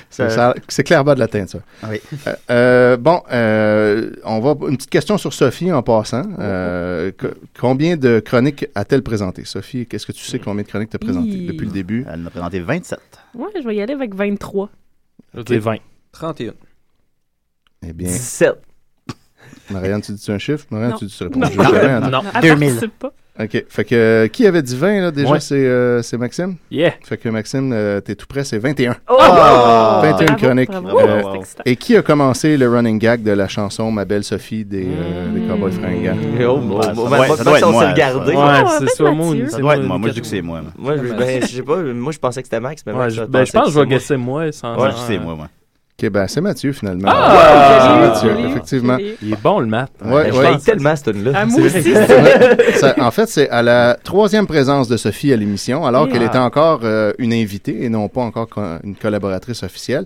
Ça-
ça- c'est clair bas de la teinte, ça.
Ah oui.
Euh, euh, bon, euh, on va une petite question sur Sophie en passant. Euh, co- combien de chroniques a-t-elle présenté, Sophie Qu'est-ce que tu sais combien de chroniques t'as présenté
Hi.
depuis le début
Elle en a présenté 27.
Ouais, je vais y aller avec 23.
Des 20.
31.
Eh bien,
17.
Marianne, tu dis un chiffre Marianne,
Non.
tu dis tu réponds jamais, hein?
Non.
Elle
2000.
participe pas.
Ok. Fait que euh, qui avait dit 20 là déjà
Ouais.
C'est euh, c'est Maxime.
Yeah.
Fait que Maxime, euh, t'es tout prêt, c'est 21.
Ah!
21
Bravo,
chroniques.
bravo.
Euh,
C'est excitant.
Et qui a commencé le running gag de la chanson Ma belle Sophie des, euh, des Cowboys fringants
Oh, mon
Ouais, ça
Dieu.
doit être- ça doit être
on
moi,
s'est
ça.
regardé.
Ouais,
Ouais,
c'est
peut-être
soit moi.
Mathieu.
une-
Ça
c'est
doit
une
être moi. Moi, je dis que
catégorie.
c'est moi. moi.
Moi, je, ben, je sais pas, moi, je pensais que c'était Max, mais
Ouais,
Max,
je,
je
ben, je
pensais
pense que je vais
c'était
guesser moi. Sans
Moi, je dis que c'est moi. moi.
Ok, ben c'est Mathieu finalement.
Ah!
C'est
Joli,
Mathieu, effectivement.
joli. Il est bon le maths.
Ouais,
Ben, je
ouais.
l'ai tellement, ce tune-là. Ah, moi
C'est
aussi,
vrai.
c'est-
Ça- en fait, c'est à la troisième présence de Sophie à l'émission, alors
Eh.
qu'elle
Ah.
était encore euh, une invitée et non pas encore co- une collaboratrice officielle.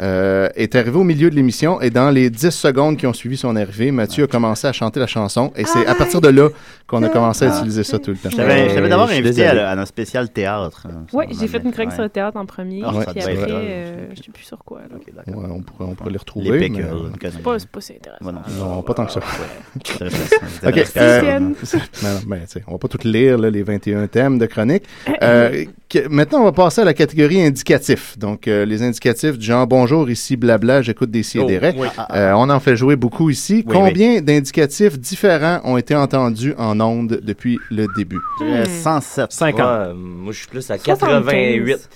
euh, est arrivée au milieu de l'émission et dans les 10 secondes qui ont suivi son arrivée, Mathieu a commencé à chanter la chanson et
Ah
c'est à partir de là qu'on a commencé à utiliser ça tout le temps.
Je t'avais je t'avais d'abord invité à,
désolé.
le- à notre spécial théâtre. euh,
Ouais,
ça,
j'ai fait une chronique
ouais.
sur le théâtre en premier,
Ah,
puis
ouais, ça
après,
devait être drôle.
euh, je sais plus sur quoi. là.
Ouais, on, pourrait, on pourrait les retrouver.
Les pécules,
mais- euh,
une connerie.
C'est pas- c'est pas si intéressant.
Ouais, non. euh,
Non, pas tant que ça.
Très intéressant.
OK.
Très intéressant.
euh,
Sixième.
non, non, ben, tu sais, on va pas tout lire, là, les 21 thèmes de chronique. Euh, que- maintenant, on va passer à la catégorie indicatif. Donc, euh, les indicatifs du genre bonjour, ici, blabla, j'écoute des si et des raies.
Oh, oui.
Euh, on en fait jouer beaucoup ici.
Oui,
Combien d'indicatifs différents ont été entendus en ondes depuis le début?
Hmm.
Euh, 107.
50.
Euh,
Ouais, moi, je suis plus à 88.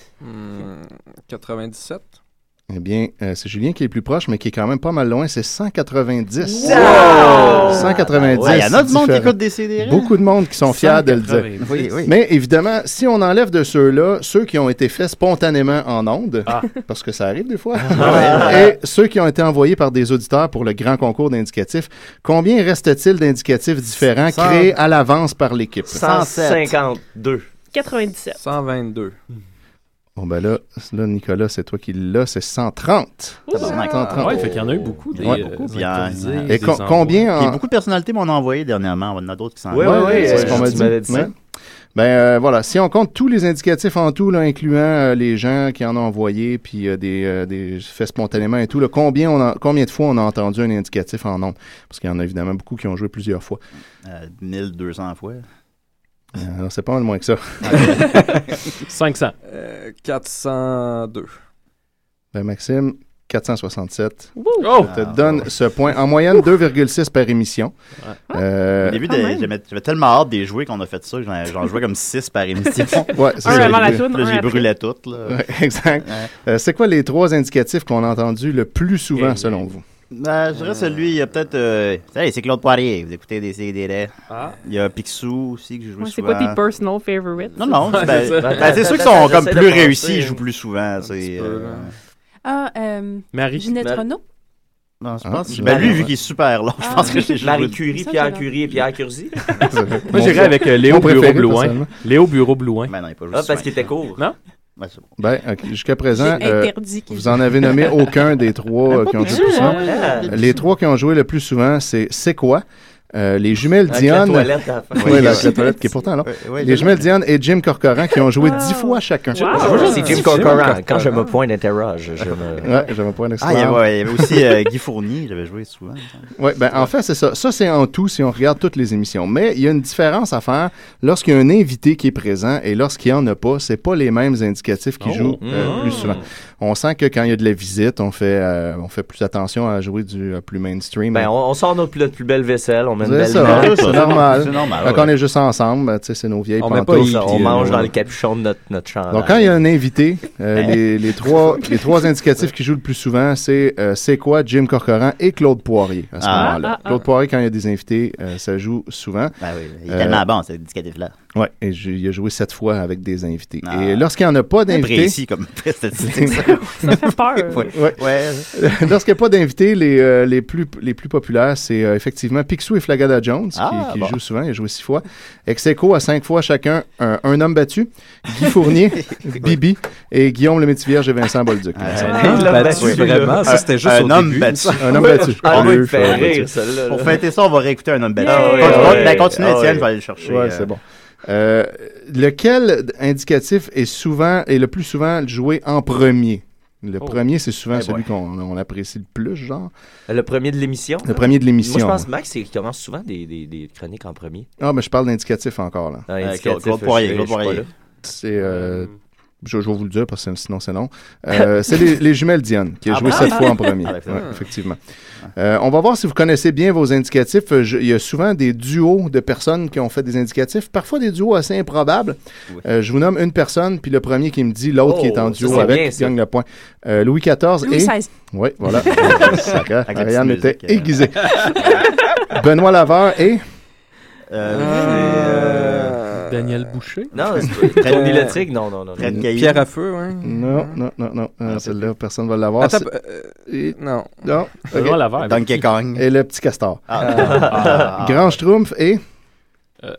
97.
Eh bien, euh, c'est Julien qui est le plus proche, mais qui est quand même pas mal loin. C'est 190.
Wow!
190.
Ouais, il y en a du monde qui
différents.
écoute des CDR.
Beaucoup de monde qui sont fiers de le dire.
190. Oui, oui.
Mais évidemment, si on enlève de ceux-là, ceux qui ont été faits spontanément en ondes,
Ah.
parce que ça arrive des fois, et ceux qui ont été envoyés par des auditeurs pour le grand concours d'indicatifs, combien reste-t-il d'indicatifs différents
Cent-
créés à l'avance par l'équipe?
152.
97.
122.
Bon, ben là, là Nicolas, c'est toi qui l'as, c'est 130.
Ouh. Ah ouais, fait qu'il y en a eu beaucoup, des,
Ouais.
euh,
Beaucoup.
des improvisés,
Et
des
co-
envois.
combien en-
Puis beaucoup de personnalités m'ont envoyé dernièrement. Il y en a d'autres qui s'en
Oui, oui, oui, c'est ce qu'on m'a dit. Ouais. euh, Ben euh, voilà, si on compte tous les indicatifs en tout, là, incluant euh, les gens qui en ont envoyé, puis euh, des, euh, des faits spontanément et tout, là, combien, on a- combien de fois on a entendu un indicatif en nombre? Parce qu'il y en a évidemment beaucoup qui ont joué plusieurs fois.
Euh, 1200 fois.
Euh, non, c'est pas mal moins que ça.
500.
Euh, 402.
Ben Maxime, 467.
Oh!
Je
Ah,
te donne ce point. En moyenne, 2,6 par émission. Euh,
Au début, de- j'aimais- j'avais tellement hâte des jouets qu'on a fait ça. J'en j'en jouais comme 6 par émission.
Ouais, c'est ça.
Là, j'ai- là, j'ai brûlé toutes. là.
Ouais, exact. Euh, c'est quoi les trois indicatifs qu'on a entendus le plus souvent, selon vous?
Ben, je dirais celui, il y a peut-être. euh, hey, c'est Claude Poirier, vous écoutez des CDR. Il y a Picsou aussi que je joue
Ouais, c'est
souvent.
pas tes personal favorites.
Non, non,
ça.
ben, ben, c'est ceux qui sont comme plus réussis, ils jouent plus souvent. C'est. euh,
Ah, euh,
Marie.
Ginette
Marie.
Renaud.
Non, je
Ah,
pense.
c'est
ben, lui,
marrant,
vu qu'il est super long, je pense que j'ai joué.
Marie Curie,
Ça,
Pierre
j'adore.
Curie et Pierre Curzi.
Moi, j'irais avec euh, Léo Bureau-Blouin. Léo Bureau-Blouin.
Ben non, il est pas
Ah, parce qu'il était court.
Non?
Ben, ok, jusqu'à présent,
J'ai
euh,
interdit qu'il-
vous en avez nommé aucun des trois euh, qui ont joué le plus souvent.
Ah.
Les trois qui ont joué le plus souvent, c'est C'est quoi? Euh, les jumelles
Avec la
Dionne.
toilette à la fin.
Oui,
Ouais,
la,
ouais.
la toilette qui est pourtant là.
Ouais, ouais,
les
je
jumelles Dionne et Jim Corcoran qui ont joué dix fois chacun.
C'est Jim Corcoran. Quand je me pointe d'interroge, je me.
Ouais, j'avais pas un
Ah, il y avait, ouais, il y avait aussi euh, Guy Fournier, j'avais joué souvent.
Oui, ben en fait, c'est ça. Ça, c'est en tout si on regarde toutes les émissions. Mais il y a une différence à faire lorsqu'il y a un invité qui est présent et lorsqu'il n'y en a pas. C'est pas les mêmes indicatifs qui
Oh.
jouent
hmm.
euh,
Mm.
plus souvent. On sent que quand il y a de la visite, on fait, euh, on fait plus attention à jouer du euh, plus mainstream.
Ben, on, on sort nos plus, notre plus belle vaisselle, on met une
C'est
belle
ça, hein.
lumière.
c'est normal.
C'est normal.
Fait
ouais.
qu'on est juste ensemble, ben, tu sais, c'est nos vieilles
On met pas
pantoufles.
ça, on
puis, euh,
mange dans
voilà.
le capuchon de notre, notre
Ah,
chambre.
Donc, quand il y a un invité, euh, les, les trois, les trois indicatifs qui jouent le plus souvent, c'est euh, C'est quoi, Jim Corcoran et Claude Poirier à ce
Ah.
moment-là.
Ah, ah,
Claude Poirier, quand il y a des invités, euh, ça joue souvent.
Ben oui, il est tellement bon, cet indicatif-là.
Oui, et j'ai- il a joué sept fois avec des invités. Et lorsqu'il n'y en a pas
Ah. Très
d'invités.
précis comme statistique. ça.
fait peur.
Ouais. Euh, Ouais.
Lorsqu'il n'y a pas d'invités, les, euh, les, plus, les plus populaires, c'est euh, effectivement Picsou et Flagada Jones, qui-
Ah,
qui,
bon.
jouent souvent. Il a joué six fois. Execo à cinq fois chacun. Un, un homme battu, Guy Fournier, Bibi et Guillaume le Métivierge et Vincent Bolduc.
un homme Ah, battu, oui. vraiment, ça, c'était juste
un
au
homme
début.
battu.
Ah,
Un homme
oui.
battu.
Ah, oui,
Un
il fait
homme
rire,
battu.
celle-là, là.
Pour fêter ça, on va réécouter un homme battu.
Ah oui,
Continue,
ah oui.
ben, continue,
Ah
Étienne,
oui.
je vais aller le chercher.
Ouais,
euh.
c'est bon. Euh, lequel d- indicatif est souvent et le plus souvent joué en premier? Le
Oh.
premier, c'est souvent
Eh
celui qu'on on apprécie le plus, genre.
Le premier de l'émission.
Le premier de l'émission.
Moi, je pense que Max, il commence souvent des, des, des chroniques en premier.
Ah, mais je parle d'indicatif encore, là.
Ah, Euh, indicatif, Claude- Claude je- Poirier, je- Claude je suis pas Poirier. là.
C'est... euh,
Hmm.
je, je vais vous le dire, parce que sinon c'est long. Euh, c'est les, les jumelles Dionne, qui a
Ah
joué
bon?
sept fois en premier.
Ah, d'accord.
Ouais, effectivement. Euh, on va voir si vous connaissez bien vos indicatifs. Euh, je- Il y a souvent des duos de personnes qui ont fait des indicatifs, parfois des duos assez improbables. Euh, je vous nomme une personne, puis le premier qui me dit l'autre qui est en
Oh, ça,
duo
c'est
avec
bien, ça.
gagne le point. Euh, Louis XIV
Louis
et...
XVI.
Oui, voilà. Sac, hein?
Avec la
Ariane
petite musique,
était
euh.
aiguisée. Ah. Benoît Laveur et...
Euh,
Daniel Boucher?
Non, c'est pas- Tony Lettric, non, non, non, non.
Pierre à feu, hein?
Non, non, non, non. Euh, Celle-là, personne ne va l'avoir.
Attends,
C'est-
euh, non.
Non.
On va l'avoir avec Donkey qui? Kong.
Et le petit castor.
Ah. Ah.
Grand Schtroumpf et.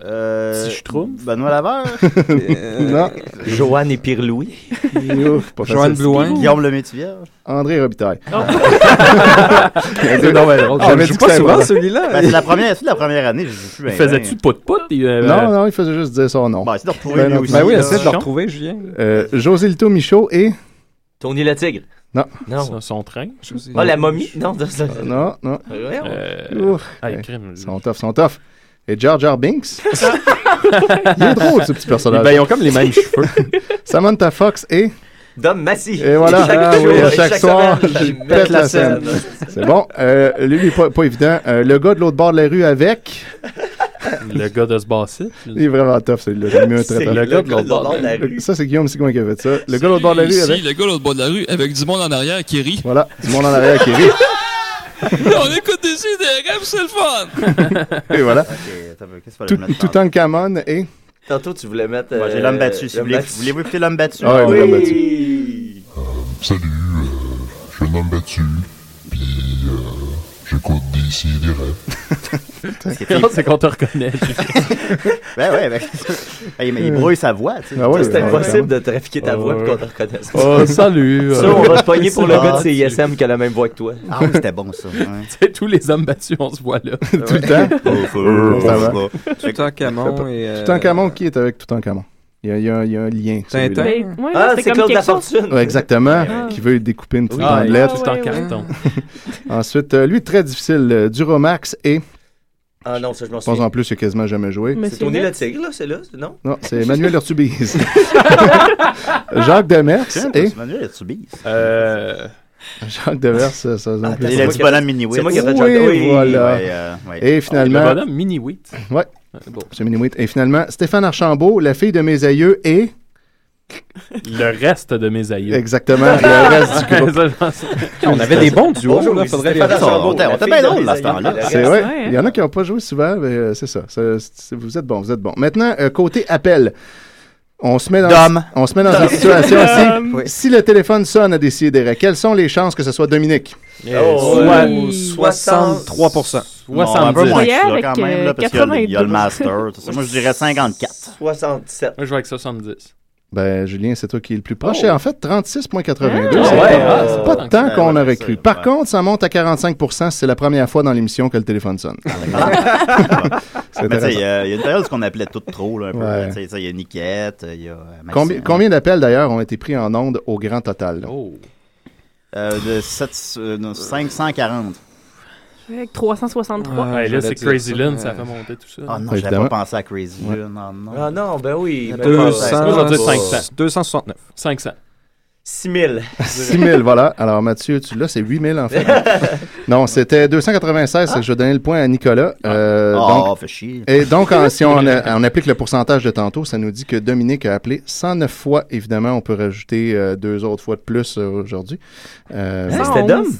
Euh, Benoît Laveur. Euh,
non.
Joanne Euh, et Pierre-Louis.
Joanne Blouin.
Guillaume le Métivier.
André Robitaille.
Oh.
C'est donc bien drôle.
Ah,
J'avais dit
je joue
que
pas
c'était
souvent,
important.
celui-là. Ben, c'est la première- c'est la première année, je joue plus, ben,
Faisais-tu
ben.
pas de pote? Il, euh,
Non, non, il faisait juste dire son nom.
Bah, essaie de retrouver lui
non,
aussi,
ben
là.
essaie de le
Champ.
retrouver,
Julien.
Euh, José Lito Michaud et.
Tony le Tigre.
Non.
Non.
Son, son train.
Ah, la momie? Non, non, ça- Ah,
Euh, Non, non.
Euh,
Ouf.
ah,
Eh,
crime.
sont tough, sont tough. Et Jar Jar Binks. Il est drôle, ce petit personnage.
Ben, ils ont comme les mêmes cheveux.
Samantha Fox et.
Dom Massy.
Et voilà,
Chaque
Ah
jour,
oui, à
et
chaque,
chaque
soir,
semaine,
je pète la scène. C'est bon. Euh, lui, il est pas, pas évident. Euh, le gars de l'autre bord de la rue avec.
Le gars de ce bassin.
Il est vraiment tough, celui-là. J'ai mis un très
C'est
tough.
le gars de l'autre bord de la rue.
Ça, c'est Guillaume Sigouin qui a fait ça. Le gars de l'autre bord de la rue
Ici,
avec.
le gars l'autre bord de la rue avec du monde en arrière qui rit.
Voilà, du monde en arrière qui rit.
On écoute des idées, c'est le fun!
Et voilà.
attends, qu'est-ce qu'il fallait
Tout,
que je mette
tout en camon et.
Tantôt, tu voulais mettre. euh,
Bon, j'ai l'homme battu. Si vous
l'homme
voulez,
battu.
voulez-vous écouter l'homme battu?
Ah ouais, l'homme battu.
Oui.
Salut, euh, je suis un homme battu, puis euh, j'écoute d'ici des
euh,
rêves.
C'est qu'on te reconnaît.
Ben ouais, ben. hey, mais il brouille sa voix, tu sais.
Ben ouais, C'était ouais, impossible clairement. de trafiquer ta voix puis qu'on te reconnaisse.
Oh, salut,
Ça,
euh.
on va te pogner pour le
Ah,
gars de
tu-
CISM qui a la même voix que toi.
Ah oui, c'était bon, ça. ouais. Oh,
Tu sais, tous les hommes battus, on se voit là. Tout
le temps. Euh, Ça va.
Toutankhamon et, euh,
Toutankhamon, qui est avec Toutankhamon? Il y a, il y a- il y a un lien. celui-là.
Tintin?
Ben,
Mais,
ouais, Ah, là, c'est c'est comme Claude quelque Lafortune. chose.
Ouais, exactement.
Ah.
Qui veut découper une petite
Oui.
bande
Ah,
de
il
lettres.
est tout en carton.
Ensuite, euh, lui, très difficile. euh, Duromax et.
Ah non, ça, je m'en
Pas
souviens.
en plus, il a quasiment jamais joué.
C'est Tony le Tigre, là, c'est là, c'est- non?
Non, c'est Manuel Urtubise. Jacques Demers
Tiens,
et.
c'est Manuel Urtubise.
Euh.
Jacques Demers, ça ça vous en plaît.
Il a dit bonhomme mini-wheat.
C'est moi qui ai fait
Oui,
Jacques Demers.
oui,
voilà.
ouais, euh, ouais.
Et finalement.
Ah,
Le bonhomme mini wheat.
Ouais.
Ah,
bon.
C'est mini Et finalement, Stéphane Archambault, la fille de mes aïeux et.
Le reste de mes aïeux.
Exactement, le reste du groupe.
Ça, j'en sais.
On avait des bons duos,
Bonjour,
là, faudrait
Stéphane
les-
Archambault,
On était- on
la
était
fille
bien
de
drôles
mes
à ce
aïeux.
temps-là.
C'est vrai. Il y en a qui n'ont pas joué souvent, mais euh, c'est ça. Ça, c'est- vous êtes bon, vous êtes bon. Maintenant, euh, côté appel. On se met dans,
Dom.
On se met dans
Dom.
une situation
Dom.
si, si le téléphone sonne à décider, quelles sont les chances que ce soit Dominique?
Oh, ouais. 63%.
Non, un peu moins que ça, quand même, là, parce qu'il y a le- il y a le
82.
master. tout ça. Moi, je dirais 54.
67.
Moi, je vais avec 70.
Ben, Julien, c'est toi qui es le plus proche. Et en fait, 36,82.
Oh. Ah,
c'est
ouais,
pas,
ah,
c'est
c'est
pas
pas
de temps
tant
qu'on aurait cru. Par contre, ça monte à 45 si c'est la première fois dans l'émission que le téléphone sonne. C'est
Mais tu sais, il
intéressant.
y a il y a une période où on appelait tout trop, là, un peu.
Ouais.
Tu sais, tu sais, Il y a Niquette, il y a. euh, Maxime.
Combien, combien d'appels, d'ailleurs, ont été pris en onde au grand total? là?
Oh.
Euh, de sept- euh, non, 540.
Avec 363.
Ouais, là, c'est Crazy Lynn, ça fait monter tout ça.
Ah non, j'avais
Évidemment.
pas pensé à Crazy
Ouais.
Lune. Non, non.
Ah non, ben oui.
J'avais
mais
pas
non.
pensé à ça.
Moi, j'en dis
500.
269.
500.
6000.
6000, voilà. Alors, Mathieu, tu l'as, c'est 8000 en fait. non, c'était 296, c'est que je vais donner le point à Nicolas. Euh,
Ah,
donc-
ah, fait chier.
Et donc, en- si on, a- on applique le pourcentage de tantôt, ça nous dit que Dominique a appelé 109 fois. Évidemment, on peut rajouter euh, deux autres fois de plus euh, aujourd'hui. Euh,
Hein, c'était Dom?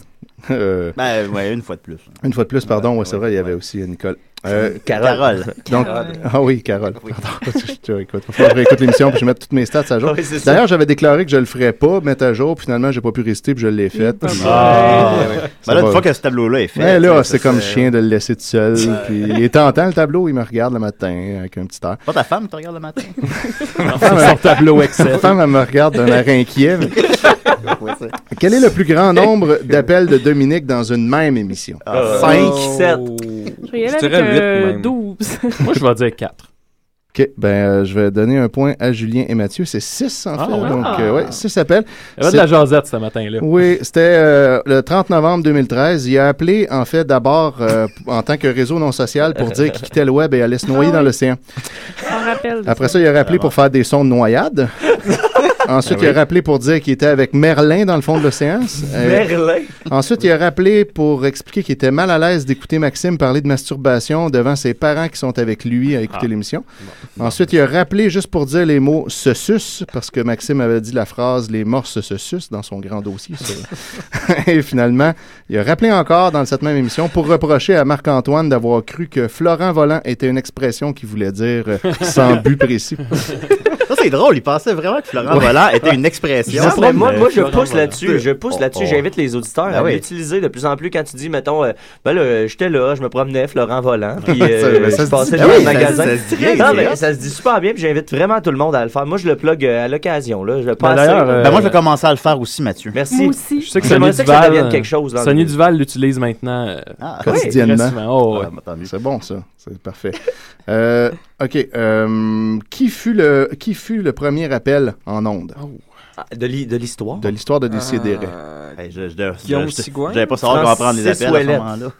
Euh,
Ben, ouais, une fois de plus.
une fois de plus, pardon. Ouais, c'est vrai, il y avait aussi euh, Nicole. Euh,
Carole.
Donc,
Carole.
Ah oui, Carole. Pardon. Je- je- écoute, faut que je réécoute l'émission puis je mette toutes mes stats à jour.
Oui, c'est ça.
D'ailleurs, j'avais déclaré que je le ferais pas, mettre à jour, puis finalement, j'ai pas pu résister puis je l'ai fait.
Ah.
Ouais, ouais.
Ben là, une fois que ce tableau-là est fait.
Mais
tu
là,
sais,
c'est
ça,
comme chien de le laisser tout seul. puis il est tentant, le tableau. Il me regarde le matin euh, avec un petit air.
Pas ta femme, tu regardes le matin.
Femme,
Son
elle- Ma femme, elle me regarde d'un air inquiet. mais-
Ouais, c'est-
Quel est le plus grand nombre d'appels de Dominique dans une même émission?
Euh,
Ah, Cinq.
sept.
Oh. Je vais y aller
Je
avec
dirais huit,
euh,
même.
12.
Moi, je vais dire 4.
OK. Ben, euh, je vais donner un point à Julien et Mathieu. C'est 6, en
Ah,
fait.
ouais.
Donc,
Ah.
euh, ouais, 6 appels.
Il y avait de
C'est-
la jasette ce matin-là.
Oui, c'était euh, le 30 novembre 2013. Il a appelé, en fait, d'abord euh, p- en tant que réseau non social pour dire qu'il quittait le web et allait se noyer dans l'océan.
On rappelle.
Après ça, il a rappelé pour faire des sons de noyade. Ensuite,
Ah
il
oui.
a rappelé pour dire qu'il était avec Merlin dans le fond de l'océan. Euh,
Merlin?
Ensuite, il a rappelé pour expliquer qu'il était mal à l'aise d'écouter Maxime parler de masturbation devant ses parents qui sont avec lui à écouter
Ah.
l'émission. Ensuite, il a rappelé juste pour dire les mots se suce, parce que Maxime avait dit la phrase les morses se sucent dans son grand dossier. ça. Et finalement, il a rappelé encore dans cette même émission pour reprocher à Marc-Antoine d'avoir cru que Florent Volant était une expression qui voulait dire euh, sans but précis.
Ça, c'est drôle. Il pensait vraiment que Florent
Ouais.
Volant était une expression.
Non, mais
Ben,
moi, moi, je pousse là-dessus. Je pousse là-dessus. J'invite les auditeurs
Oh, Ben
à
oui.
l'utiliser de plus en plus quand tu dis, mettons, euh, ben là, j'étais là, je me promenais, Florent Volant, puis euh,
Ça- ben, ça
je
se
passais
dit-
dans
Ah
le
oui, ça-
magasin.
ça se dit bien,
non,
c'est
mais
vrai.
ça se dit super bien, puis j'invite vraiment tout le monde à le faire. Moi, je le plug euh, à l'occasion, là. Je le
Ben,
passe.
d'ailleurs, euh, Ben, moi, je vais commencer à le faire aussi, Mathieu.
Merci.
Moi aussi.
Je sais que
J'aimerais
Sonny
ça que ça
Duval,
devienne
euh,
quelque chose dans le-
Sonny Duval l'utilise maintenant euh,
quotidiennement. Ah,
très souvent. Oh, ouais.
c'est bon, ça. C'est parfait. Euh, OK. euh, qui, fut le, qui fut le premier appel en onde?
Oh.
Ah, De l'hi- de l'histoire.
De l'histoire de Décidéré.
Ah. Hey, je, je, je-
Guillaume
je-
Sigouin?
J'avais pas savoir comment prendre les
Francis
appels à ce
Ouellet.
moment-là.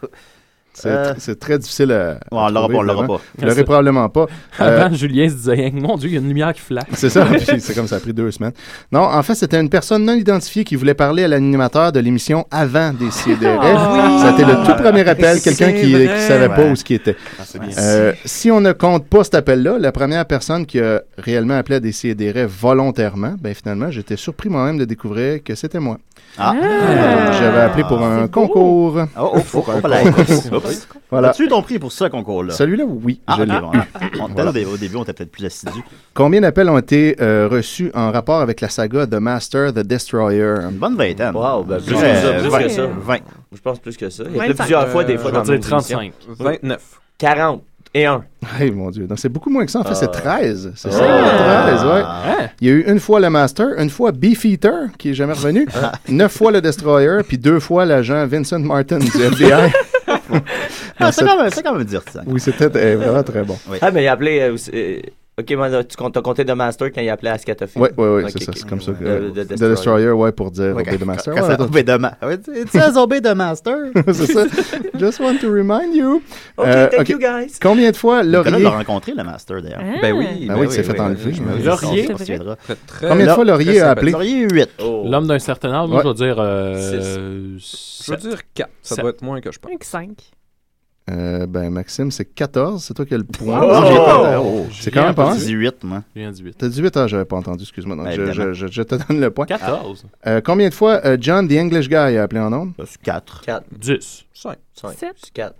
C'est
Euh,
tr- c'est très difficile à. à
on l'aura
trouver,
pas, on l'aura
évidemment.
pas.
Vous l'aurez probablement pas. Euh,
Avant, Julien se disait, Hey, mon Dieu, il y a une lumière qui flaque.
C'est ça, puis c'est comme ça a pris deux semaines. Non, en fait, c'était une personne non identifiée qui voulait parler à l'animateur de l'émission avant des
Ah oui!
C'était le tout premier appel,
C'est
quelqu'un qui ne
vrai.
savait pas
Ouais.
où ce qui était.
Ah, c'est bien.
Euh, si on ne compte pas cet appel-là, la première personne qui a réellement appelé à des volontairement, ben finalement, j'étais surpris moi-même de découvrir que c'était moi.
Ah.
Euh, J'avais appelé pour un concours.
Oh, oh, oh,
Pour un
oh, là,
concours.
oups, oups.
Voilà.
As-tu ton prix pour ce concours-là?
Celui-là, oui,
Ah,
je
ok,
l'ai.
bon, on- on-
Voilà.
peut-être Au début, on était peut-être plus assidu.
Combien d'appels ont été euh, reçus en rapport avec la saga The Master, The Destroyer? Une
bonne vingtaine.
Wow,
ben, plus que ça, plus que ça. Je pense plus que ça. Il y a
25.
plusieurs fois, des
Euh,
fois,
je
dans
vais dire
la même
35.
émission.
29.
40 et 1.
Hey, mon Dieu. Donc, c'est beaucoup moins que ça. En fait, c'est
Ah.
13. C'est
Ah.
ça, 13, ouais. Il y a eu une fois le Master, une fois Beefeater, qui est jamais revenu,
Ah.
neuf fois le Destroyer, puis deux fois l'agent Vincent Martin du FBI.
Ah, c'est quand même- c'est quand même dire ça.
Oui, c'était euh, vraiment très bon.
Ah, mais il a appelé. euh, aussi- euh, ok, moi, là, tu comptes- t'as compté de Master quand il a appelé à Scatophy.
Oui, oui, oui,
Ok,
c'est ça.
ok.
C'est comme
Euh,
ça que. euh,
De- de
The Destroyer, ouais, pour dire Obey the Master.
Quand
Ouais,
ça-
donc-
Obey the Ma- Ah ouais, tu- tu as Obey the Master.
c'est ça. Just want to remind you.
Ok, thank you, guys.
Euh, Combien de fois
Nicolas
Laurier.
l'a rencontré, le Master, d'ailleurs.
Ah. Ben oui, ben oui, il s'est fait enlever, je me rappelle. Laurier.
On s'en souviendra.
Combien de fois Laurier a appelé
Laurier, 8.
Oh.
L'homme d'un certain âge, moi,
Ouais.
je vais dire. euh,
Je veux dire 4. Ça doit être moins que je pense.
5.
Euh, ben, Maxime, c'est 14. C'est toi qui as le point.
Oh!
Moi, j'ai pas-
Oh!
C'est quand même pas mal.
18, moi.
J'ai un 18.
T'as 18 ans, j'avais pas entendu, excuse-moi. Donc,
Ben,
je,
évidemment.
je- je- je te donne le point.
14.
Euh, combien de fois euh, John, the English guy, a appelé en
Euh,
ondes
4.
4.
10.
5. 5.
Sept.
4.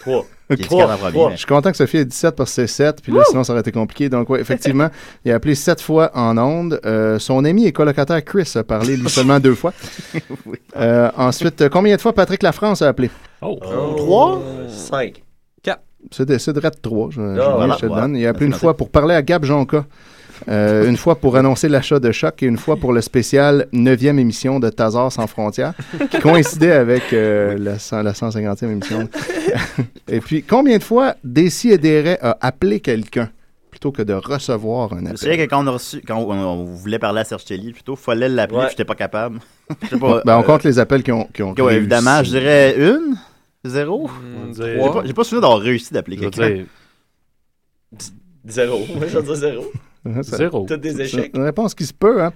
3.
Ok. Je suis content que Sophie ait 17 parce que c'est 7, puis là, sinon ça aurait été compliqué. Donc, ouais, effectivement, il a appelé 7 fois en ondes. Euh, son ami et colocataire Chris a parlé, lui, seulement deux fois. Euh, ensuite, euh, combien de fois Patrick Lafrance a appelé
Oh.
3.
Euh,
5.
C'est de, c'est de 3, je, je-
voilà,
je te le
voilà.
donne. Il a appelé une
Merci,
fois pour parler à Gab Jonca, euh, une fois pour annoncer l'achat de Choc et une fois pour le spécial 9e émission de Tazar sans frontières, qui coïncidait avec euh, la, cent- la 150e émission. et puis, combien de fois Desi Ederet a appelé quelqu'un plutôt que de recevoir un
Je me
appel?
souviens que quand on, a reçu, quand on, on voulait parler à Serge Tellier, plutôt, fallait l'appeler, puis j'étais pas capable. Je sais pas,
Ben, on
euh,
compte les appels qui ont, qui ont
ok, ouais,
réussi.
évidemment, je dirais une, zéro.
dire-
J'ai pas- J'ai pas souvenir d'avoir réussi d'appeler
vais
quelqu'un.
dire-
0. Moi, je vais dire 0.
Hein, Ça-
Toutes des
c'est
échecs.
Une réponse qui se peut, hein.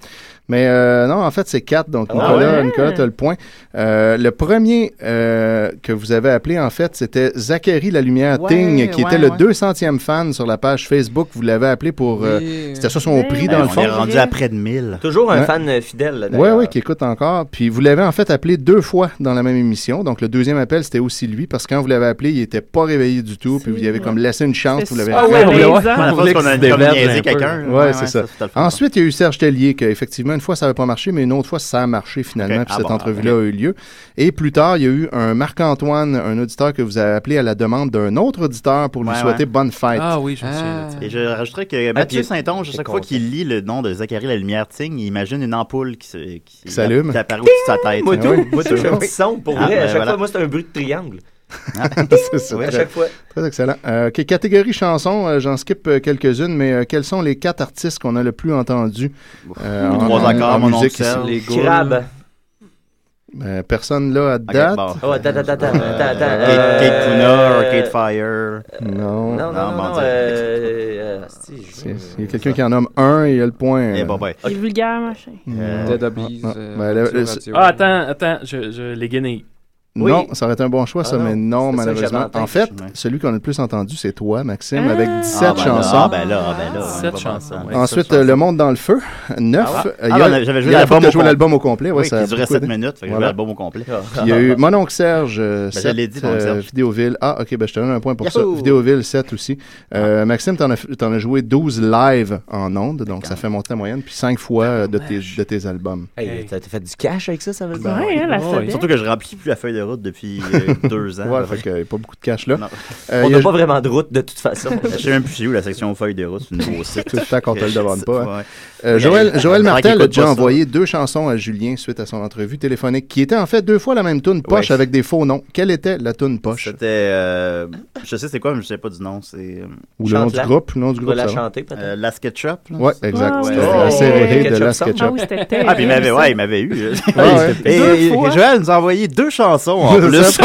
Mais euh, non, en fait, c'est 4. Donc,
Ah
Nicolas,
ouais?
Nicolas, t'as le point. Euh, le premier euh, que vous avez appelé, en fait, c'était Zachary La Lumière
Ouais,
Ting, qui
ouais,
était le
ouais.
200e fan sur la page Facebook. Vous l'avez appelé pour. euh,
Oui.
c'était ça son
Ben
prix,
oui,
dans le
on
fond.
est rendu à
près de 1000.
Toujours un
Ouais.
fan euh, fidèle. là,
Oui,
d'ailleurs.
oui, qui écoute encore. Puis vous l'avez en fait appelé deux fois dans la même émission. Donc le deuxième appel, c'était aussi lui, parce que quand vous l'avez appelé, il était pas réveillé du tout. Puis vous lui avez comme laissé une chance.
C'est
Vous l'avez
super
rappelé.
malaisant. Ouais, on pense qu'on a comme niaisé
un peu.
quelqu'un.
Ouais,
Ouais,
c'est
ouais,
ça.
ça, c'est le fun.
Ensuite, il y a eu Serge Tellier, que effectivement, une fois, ça n'avait pas marché, mais une autre fois, ça a marché finalement.
Ok.
Puis
Ah
cette
bon,
entrevue-là a eu lieu. Et plus tard, il y a eu un Marc-Antoine, un auditeur que vous avez appelé à la demande d'un autre auditeur pour lui
Ouais, Ah,
souhaiter
ouais.
bonne fête.
Et je rajouterais
Ah,
que Mathieu
puis-
Saint-Onge, à
J'étais
chaque fois qu'il lit le nom de Zachary La Lumière Ting, il imagine une ampoule qui, se, qui,
Qui s'allume.
qui apparaît au-dessus de sa tête.
Moi, tout,
Ah oui,
moi, tout,
c'est
j'ai un
vrai.
petit son pour
Ah,
vrai.
ben
à chaque
voilà.
fois, moi, c'est un bruit de triangle.
Ah. C'est ça,
Oui, à
très-
chaque fois.
Très excellent. Euh, OK, catégorie chansons, euh, j'en skip euh, quelques-unes, mais euh, quels sont les quatre artistes qu'on a le plus entendus euh,
Trois accords, mon oncle Serge.
ici?
Les Crabbe.
Euh, personne là à
Ok,
date.
bon.
Oh, attends, attends, attends,
Euh,
attends,
Kate-
attends.
Kate Kuna,
Euh,
Arcade Fire. Ah,
Non.
Non, non, non,
bon,
non,
c'est-
euh, euh,
C'est- Il y a quelqu'un qui en nomme un et il y a le point.
Eh,
euh,
bon, ben.
Les vulgaires, machin.
Euh,
Dead Hobbies,
ouais,
euh,
ouais, ben, le-
Radio,
le-
Radio.
Ah, attends, attends, je, je- les guenilles.
Non, ça aurait été un bon choix, ça,
Ah non,
mais non,
c'est ça que j'avais
malheureusement.
en tête,
En fait, celui qu'on a le plus entendu, c'est toi, Maxime, avec 17
Ah, ben là,
chansons.
ah, ben là, ah, ben là, on va
7
voir
chansons.
ça.
ouais.
Ensuite, euh, Le Monde dans le Feu, 9.
Ah ouais?
Euh,
Ah,
il y a-
ben, j'avais joué
il y a la
l'album
fois que t'as
au
joué
complet.
l'album au complet. ouais,
Oui,
ça
qui
a
durait
beaucoup
7
aidé.
minutes, fait que j'ai joué
Voilà.
l'album au complet.
Puis il y a eu Mon oncle Serge, euh,
Ben, je
7,
l'ai dit, mon oncle Serge.
Vidéoville. Ah, ok, ben, je te donne un point pour
Yahoo!
ça. Vidéoville, 7 aussi. Euh, Maxime, t'en as, t'en as joué 12 live en ondes, donc ça fait monter la moyenne, puis 5 fois euh,
Ah,
de
ben,
tes, de tes albums.
Hey, t'as t'as fait du cash avec ça, ça veut dire?
Ben ouais, hein, la
Oh,
vedette.
Surtout que je remplis plus la feuille de route depuis euh, deux ans.
Ouais, fait qu'il n'y a pas beaucoup de cash là.
Non.
Euh,
On
il y a
n'a pas vraiment de route de toute façon.
Je sais même plus chez où la section feuille de route, c'est une grosse site.
Tout le temps qu'on te le demande pas, hein.
Ouais.
Euh,
Ouais,
Joël,
il y
Joël
il y en a qui
Martel a
écoutent
déjà
pas ça.
envoyé deux chansons à Julien suite à son entrevue téléphonique, qui était en fait deux fois la même tune poche
Ouais.
avec des faux noms. Quelle était la tune poche
C'était. euh, je sais c'est quoi, mais je sais pas du nom. C'est. euh,
Ou le nom du
Chante-la.
groupe Le nom du
Tu vas
groupe,
la
ça va.
chanter, peut-être?
euh, Last Ketchup. là.
Ouais, exact.
Ah,
C'était
ouais.
la série
Ketchup
de Last
Song.
Ah
Ketchup.
oui, c'était
Ah, puis il
terrible,
m'avait,
ça.
ouais, il m'avait eu. là.
ouais.
Et,
Deux
et
fois.
Joël nous a envoyé deux chansons en plus.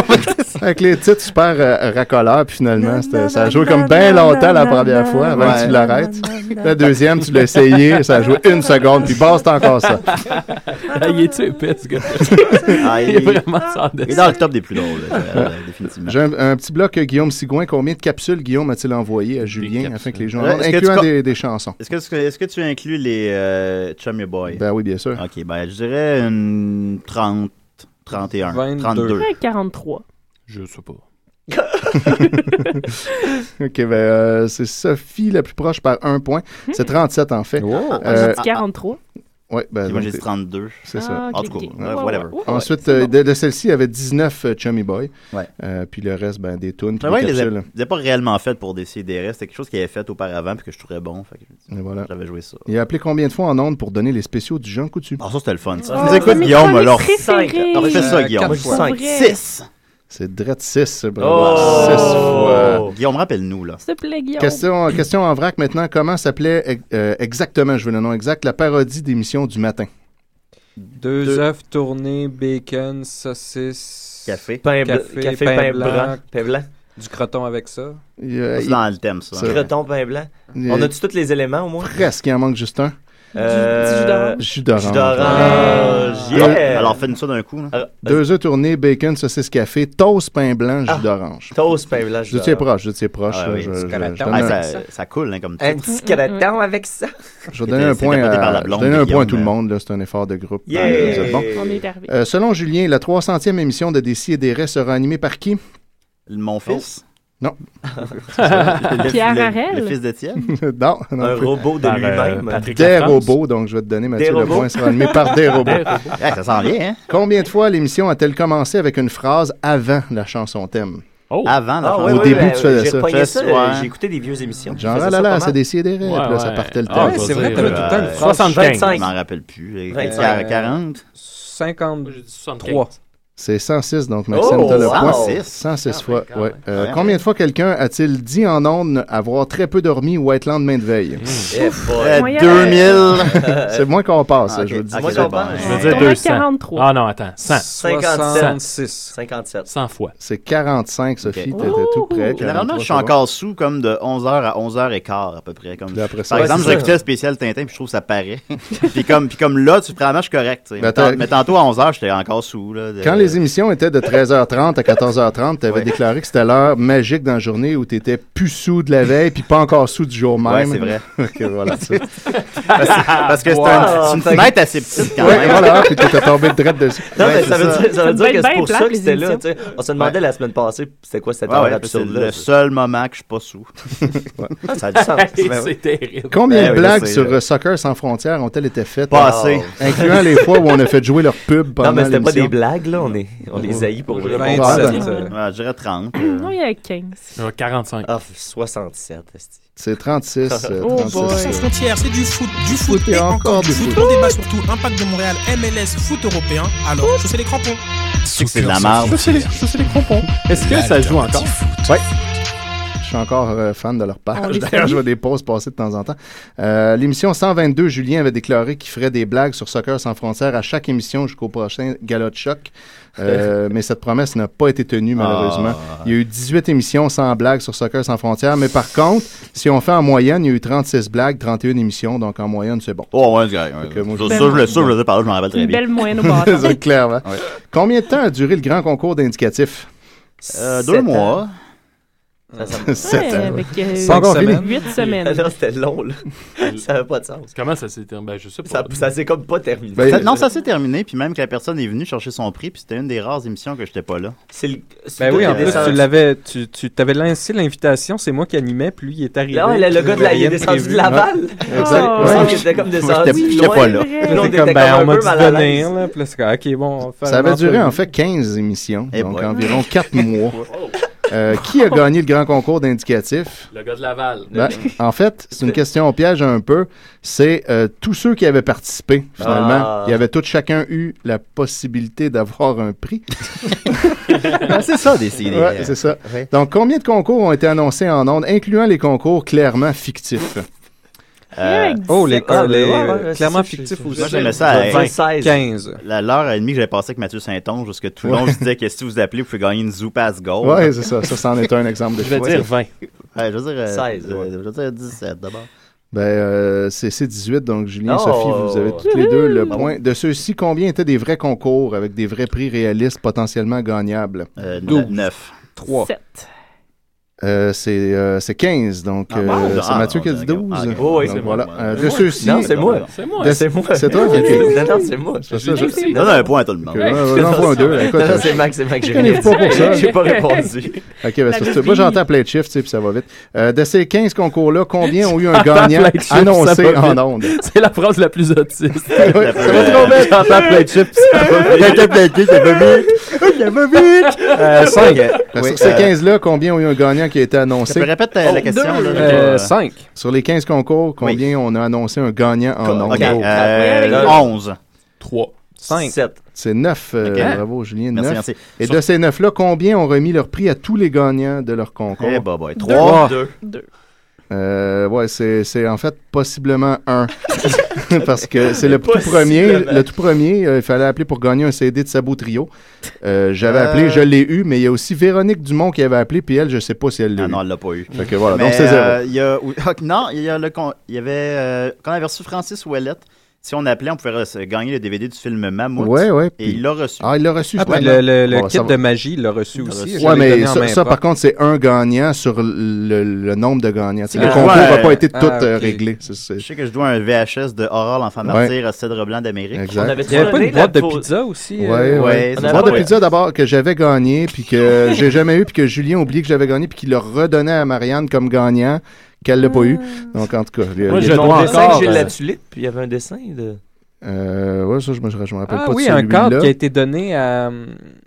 Avec les titres super euh, racoleurs, puis finalement,
Non,
c'était-
non,
ça a
non,
joué
non,
comme bien
non,
longtemps la
non,
première
non,
fois avant que
non,
tu
non,
l'arrêtes.
non, non.
La deuxième, tu l'as essayé, ça a joué une seconde, puis basta encore ça.
Ah, il est-tu épais, ce gars?
Ah,
Il
il,
est vraiment sans
il est
dessin.
dans le top des plus drôles, là, euh, définitivement.
J'ai un, un petit bloc euh, Guillaume Sigouin. Combien de capsules Guillaume a-t-il envoyé à Julien
capsules.
afin que les gens,
Euh, est-ce que tu
incluant
co-
des, des chansons?
Est-ce que, est-ce que tu inclus les euh, Chum Your Boy?
Ben oui, bien sûr.
Ok, ben je dirais une 30, 31,
22.
32.
Ouais, 43.
Je sais pas.
OK, ben, euh, c'est Sophie la plus proche par un point.
Hmm.
C'est 37 en fait.
Wow.
Euh,
Ah, J'ai dit 43.
ouais, ben,
Puis
donc,
moi j'ai dit 32.
c'est ça.
Ah, ok,
En tout cas,
ok.
ouais, whatever.
Oh, ouais.
Ensuite, euh, de, de celle-ci, il y avait 19 euh, Chummy Boy.
Ouais. Ah
Euh, puis le reste, ben, des tunes. puis
Ouais,
des
il les a-
capsules.
il les a pas réellement fait pour des CDR, c'était quelque chose qu'il avait fait auparavant puis que je trouvais bon. Fait que
Et voilà.
j'avais joué ça.
Il a appelé combien de fois en ondes pour donner les spéciaux du Jean Coutu?
Ah, ça c'était le fun. Ça.
Oh,
nous écoute,
mes
Guillaume,
chroniques
alors.
préférées.
On fait ça,
Euh,
Guillaume.
quatre
Pour
fois.
vrai.
6.
C'est Drette 6.
Oh!
6 fois.
Guillaume, rappelle-nous, là.
S'il te plaît, Guillaume.
Question, euh, question en vrac maintenant. Comment s'appelait euh, exactement, je veux le nom exact, la parodie d'émission du matin?
Deux œufs tournés, bacon, saucisse.
Café.
Pain bl-
Café,
Café,
pain
pain,
blanc.
blanc, pain blanc.
Du croton avec ça.
Il, euh,
C'est dans le thème, ça.
Ça-
Creton, pain blanc.
il-
On a-tu tous les éléments, au moins?
Presque, il en manque juste un.
du jus d'orange.
Jus d'orange. Ah.
Jus d'orange.
Yeah.
Yeah.
Alors, fais-nous ça d'un coup, là.
Euh,
Alors,
Deux œufs tournés, bacon, saucisse café, toast, pain blanc, jus
Ah.
d'orange.
Toast, pain blanc,
Je
jus
tiens
d'orange.
proche, je tiens proche.
Ah oui,
je,
du
je- je
calaton.
donne
Ah,
un-
ça, ça coule, hein, comme
Un
titre.
petit creton avec ça.
je vais donner un
C'était
point
capoté par
à,
la
je vais
blonde
donner
de
un point à tout le
Guillaume. euh.
monde. là, C'est un effort de groupe.
Yeah.
Euh, vous êtes bons.
On est arrivé.
Euh, selon Julien, la 300e émission de Décideret sera animée par qui?
Mon
Oh.
fils.
Non.
Le-
Pierre
le-
Harel.
Le fils d'Étienne.
non, non
Un
plus.
robot de
Par, euh,
lui-même.
Patrick
Des
Lafrance.
robots, donc je vais te donner, Mathieu, le
robots.
point sera animé par des robots.
Eh, ça s'en vient, hein?
Combien de fois l'émission a-t-elle commencé avec une phrase avant la chanson thème?
Oh!
Avant la
Ah,
chanson.
ouais,
Au
ouais,
début,
ouais,
tu faisais
j'ai
ça.
repogné
Fais
ça,
ça,
euh,
ouais.
j'ai écouté des vieux émissions.
Genre,
Je faisais
ah là
ça pas
là,
mal.
c'est Décideret. Puis là,
Ouais,
ça
ouais.
partait le
Ah,
thème.
ouais,
Ouais, c'est vrai,
dire,
t'avais tout le temps
euh,
une phrase.
75.
Je m'en rappelle plus.
Ouais.
Euh,
40, 40.
50.
J'ai dit
3.
75.
C'est 106, donc Maxime,
Oh,
t'as le point.
106.
106
Ah,
fois,
ben, quand
ouais.
même.
Euh,
Ouais.
combien de fois quelqu'un a-t-il dit en ondes avoir très peu dormi ou être lendemain de
Hmm.
veille?
Eh, boy.
Euh,
Moyen.
2000.
C'est moins qu'on passe,
Ah, ok.
je vous le dis.
Ah,
Moi,
c'est
j'en
bon.
parle.
Je veux dire
On a
200.
43.
Ah non, attends. 100.
56.
57.
100 fois.
C'est 45, Sophie,
Ok.
t'étais tout
Oh!
près.
Ouh.
43,
Généralement, je suis
c'est bon.
encore sous comme de 11h à 11h15 à peu près. Comme
Puis après ça,
Par
ouais,
exemple,
c'est
j'ai
ça.
écouté le spécial Tintin puis je trouve que ça paraît. puis, comme, puis comme là, tu vraiment, je suis correct. tu sais.
Mais
Mais,
attends.
tant- mais tantôt à 11h, j'étais encore sous. Là, de-
Quand les émissions étaient de 13h30 à 14h30, t'avais
Ouais.
déclaré que c'était l'heure magique dans la journée où t'étais plus sous de la veille puis pas encore sous du jour même.
Ouais, c'est vrai.
Ok, voilà. c'est-
Parce que c'est
Wow.
un- c'est une fenêtre assez petite quand
Ouais,
même.
voilà, puis t'étais tombé de drette dessus.
Non,
Ouais,
mais
c'est
ça veut
ça.
dire, ça veut
Ça
dire
devait
que
être
c'est
bien
pour
plate,
ça que
les
c'était là.
émissions.
tu sais. On se demandait la semaine passée, c'était quoi cette
Ouais,
heure
ouais, c'est
absurde-là.
le seul moment que je suis pas sous. Ça a du sens.
Hey,
Ben oui.
c'est terrible.
Combien
Ben
de
oui,
blagues
je sais,
sur
là.
euh, Soccer sans frontières ont-elles été faites?
Pas assez.
Incluant les fois où on a fait jouer leur pub pendant
Non, mais c'était pas des
l'émission.
blagues, là. On, est, on les haït pour vrai.
vingt.
27.
Ouais.
Ouais, je dirais 30.
Non, il y a 15.
Euh, 45.
Ah, 67. esti.
C'est 36. euh,
Oh
36,
boy.
euh,
Sans frontières, c'est du foot, du foot
Foot et
et
encore
encore
du
du foot.
foot.
On débat surtout impact de Montréal, MLS, foot européen. Alors, je sais les crampons.
Tu sais que c'est de la merde.
Je sais les crampons. Est-ce que ça joue encore?
Je suis encore euh, fan de leur
On
page.
les
D'ailleurs,
salue.
je vois des pauses passer de temps en temps. Euh, L'émission 122, Julien avait déclaré qu'il ferait des blagues sur Soccer sans frontières à chaque émission jusqu'au prochain gala de choc. Euh, mais cette promesse n'a pas été tenue, malheureusement.
Ah.
Il y a eu 18 émissions sans blagues sur Soccer sans frontières. Mais par contre, si on fait en moyenne, il y a eu 36 blagues, 31 émissions. Donc en moyenne, c'est bon.
Oh, ouais, c'est correct. ouais.
je-
Ça, je le ça, je le sais par là, je m'en rappelle très
Une
bien.
belle moyenne au bâton. C'est clair, hein?
Ouais.
Combien de temps a duré le grand concours d'indicatifs?
Euh, deux mois.
Sept
Ouais,
ans,
avec,
ouais.
euh,
Pas encore fini.
Huit semaines.
Non, c'était long, là. ça n'avait pas de sens.
Comment ça s'est terminé? Ben, je sais
pas. Ça, s'est comme pas terminé.
Ça- non, ça s'est terminé, puis même que la personne est venue chercher son prix, puis c'était une des rares émissions que j'étais pas là.
C'est le- c'est
Ben oui, en
Euh,
plus,
ça-
tu l'avais, tu, tu t'avais lancé l'invitation, c'est moi qui animais, puis lui, il est arrivé.
Là, ouais, le- le gars de la- il est
Rien
descendu
prévu.
de Laval.
Ouais.
Oh.
Exact.
Il me semble qu'il était comme descendu
j'étais-
loin. Oui, c'est vrai.
Là,
On
on
était
comme,
comme
ben,
un
on m'a
peu
dit
mal à
de venir,
l'aise.
là. Puis là, c'est comme, ok, bon, on va faire
Ça
une
avait duré en
entrevue.
fait 15 émissions,
Eh
donc
boy.
environ 4 mois. Euh, qui a gagné le grand concours d'indicatifs?
Le gars de Laval.
Ben, en fait, c'est une question au piège un peu. C'est euh, tous ceux qui avaient participé, finalement.
Ah.
Ils avaient tous chacun eu la possibilité d'avoir un prix.
Ah, c'est ça, des CD.
Ouais, c'est ça.
Ouais.
Donc, combien de concours ont été annoncés en ondes, incluant les concours clairement fictifs?
Euh,
Oh, les,
Ah,
les-
ouais, ouais, ouais,
clairement
c'est ça,
fictifs
c'est-
aussi.
Moi, j'aimais ça à
16. 15.
La- L'heure et demie que j'avais passée avec Mathieu Saint-Onge, parce que tout le
Ouais.
monde se disait que si vous appelez, vous pouvez gagner une Zoupass Gold.
Ouais, c'est ça. Ça, c'en est un exemple de
Je vais
choix.
dire 20. Ouais, je veux dire, euh,
16,
euh, je veux dire 17 d'abord.
Ben, euh, c'est c'est 18, donc Julien,
Oh!
Sophie, vous avez toutes les
Wouhou!
deux le
Bravo.
point. De ceux-ci, combien étaient des vrais concours avec des vrais prix réalistes potentiellement gagnables?
Euh, ne-
12.
neuf.
3.
Sept.
c'est euh, c'est 15, donc
Ah, bon,
euh,
ah,
c'est Mathieu
on
qui a
a-
dit 12.
ah, ok. Oh, oui,
Donc
c'est moi,
voilà.
moi.
Euh,
C'est
de
moi.
ceux-ci.
Non, c'est moi.
C'est moi.
De-
C'est moi.
C'est toi qui
Oui.
as dit.
Non, non, c'est moi.
C'est
Je- je-
ça.
Donne un point à tout le monde.
Ok, ouais, ouais, donne un point à deux. Écoute,
Non, non, c'est Max, c'est Max,
je
j'ai
connais
rien
pas
dit.
pour ça.
J'ai pas répondu.
Ok, ben,
La
c'est parce que
bébé.
moi j'entends plein de chiffres, tu sais, puis ça va vite. Euh, de ces 15 concours-là, combien ont eu un
J'entends
gagnant
plein de chiffres, ça
annoncé
va
en
vite.
ondes?
C'est la phrase la plus autiste.
Ouais, ça va trop vite.
J'entends plein de chips, ça va vite.
J'entends plein de chips, ça va vite. Ça va vite.
Euh, cinq.
Oui,
Sur ces
euh,
15-là, combien ont eu un gagnant qui a été annoncé?
Je me répète, euh, la question, là, j'ai pas-
5. Sur les 15 concours, combien on a annoncé un gagnant en nombre?
Ok, Oh, euh, 11.
3.
5. C'est 9.
Ok.
Bravo, Julien.
Merci,
neuf.
merci.
Et
Sur-
de ces 9-là, combien ont remis leur prix à tous les gagnants de leur concours?
Eh, bah, bah, trois. Deux.
Deux.
Euh, ouais, c'est c'est en fait possiblement un. Parce que c'est le tout
Possiblement.
premier. Le tout premier, euh, il fallait appeler pour gagner un CD de Sabot Trio. Euh, J'avais
Euh.
appelé, je l'ai eu, mais il y a aussi Véronique Dumont qui avait appelé, puis elle, je sais pas si elle l'a eu.
Ah non, elle l'a pas eu.
Fait que voilà,
Mais,
donc c'est zéro.
euh, il y a- ou- ok, non, il y, a le con- il y avait. euh, quand on avait reçu Francis Ouellette, si on appelait, on pouvait re- gagner le DVD du film Mammouth.
Ouais, ouais,
Et
puis-
il l'a reçu.
Ah, il l'a reçu,
Ah,
je crois.
ben,
Le, le- le
Bon,
kit
ça va.
de magie, il l'a reçu aussi. Je
Ouais,
l'ai
mais
donné en
ça,
main
ça, par
propre.
contre, c'est un gagnant sur le, le- le nombre de gagnants. Tu sais,
Ah,
le concours
ouais.
n'a pas été tout
Ah,
euh,
ok.
réglé.
Je sais que je dois un VHS de Horror, l'enfant martyr à Cèdre Blanc d'Amérique.
Exact. On avait Il y avait
pas une boîte de pizza aussi,
Ouais,
euh,
ouais.
ouais,
Une
c'est
boîte de
vrai.
pizza d'abord que j'avais gagné, puis que j'ai jamais eu, puis que Julien a oublié que j'avais gagné, puis qu'il l'a redonné à Marianne comme gagnant, qu'elle l'a pas eu. Donc, en tout cas, les-
Moi,
les
je
trois
dois
ensemble,
encore. J'ai
euh,
la tulipe, puis il y avait un dessin de.
euh, ouais, ça, je me, je me rappelle
Ah
pas
oui,
de
un
celui-là.
cadre qui a été donné à.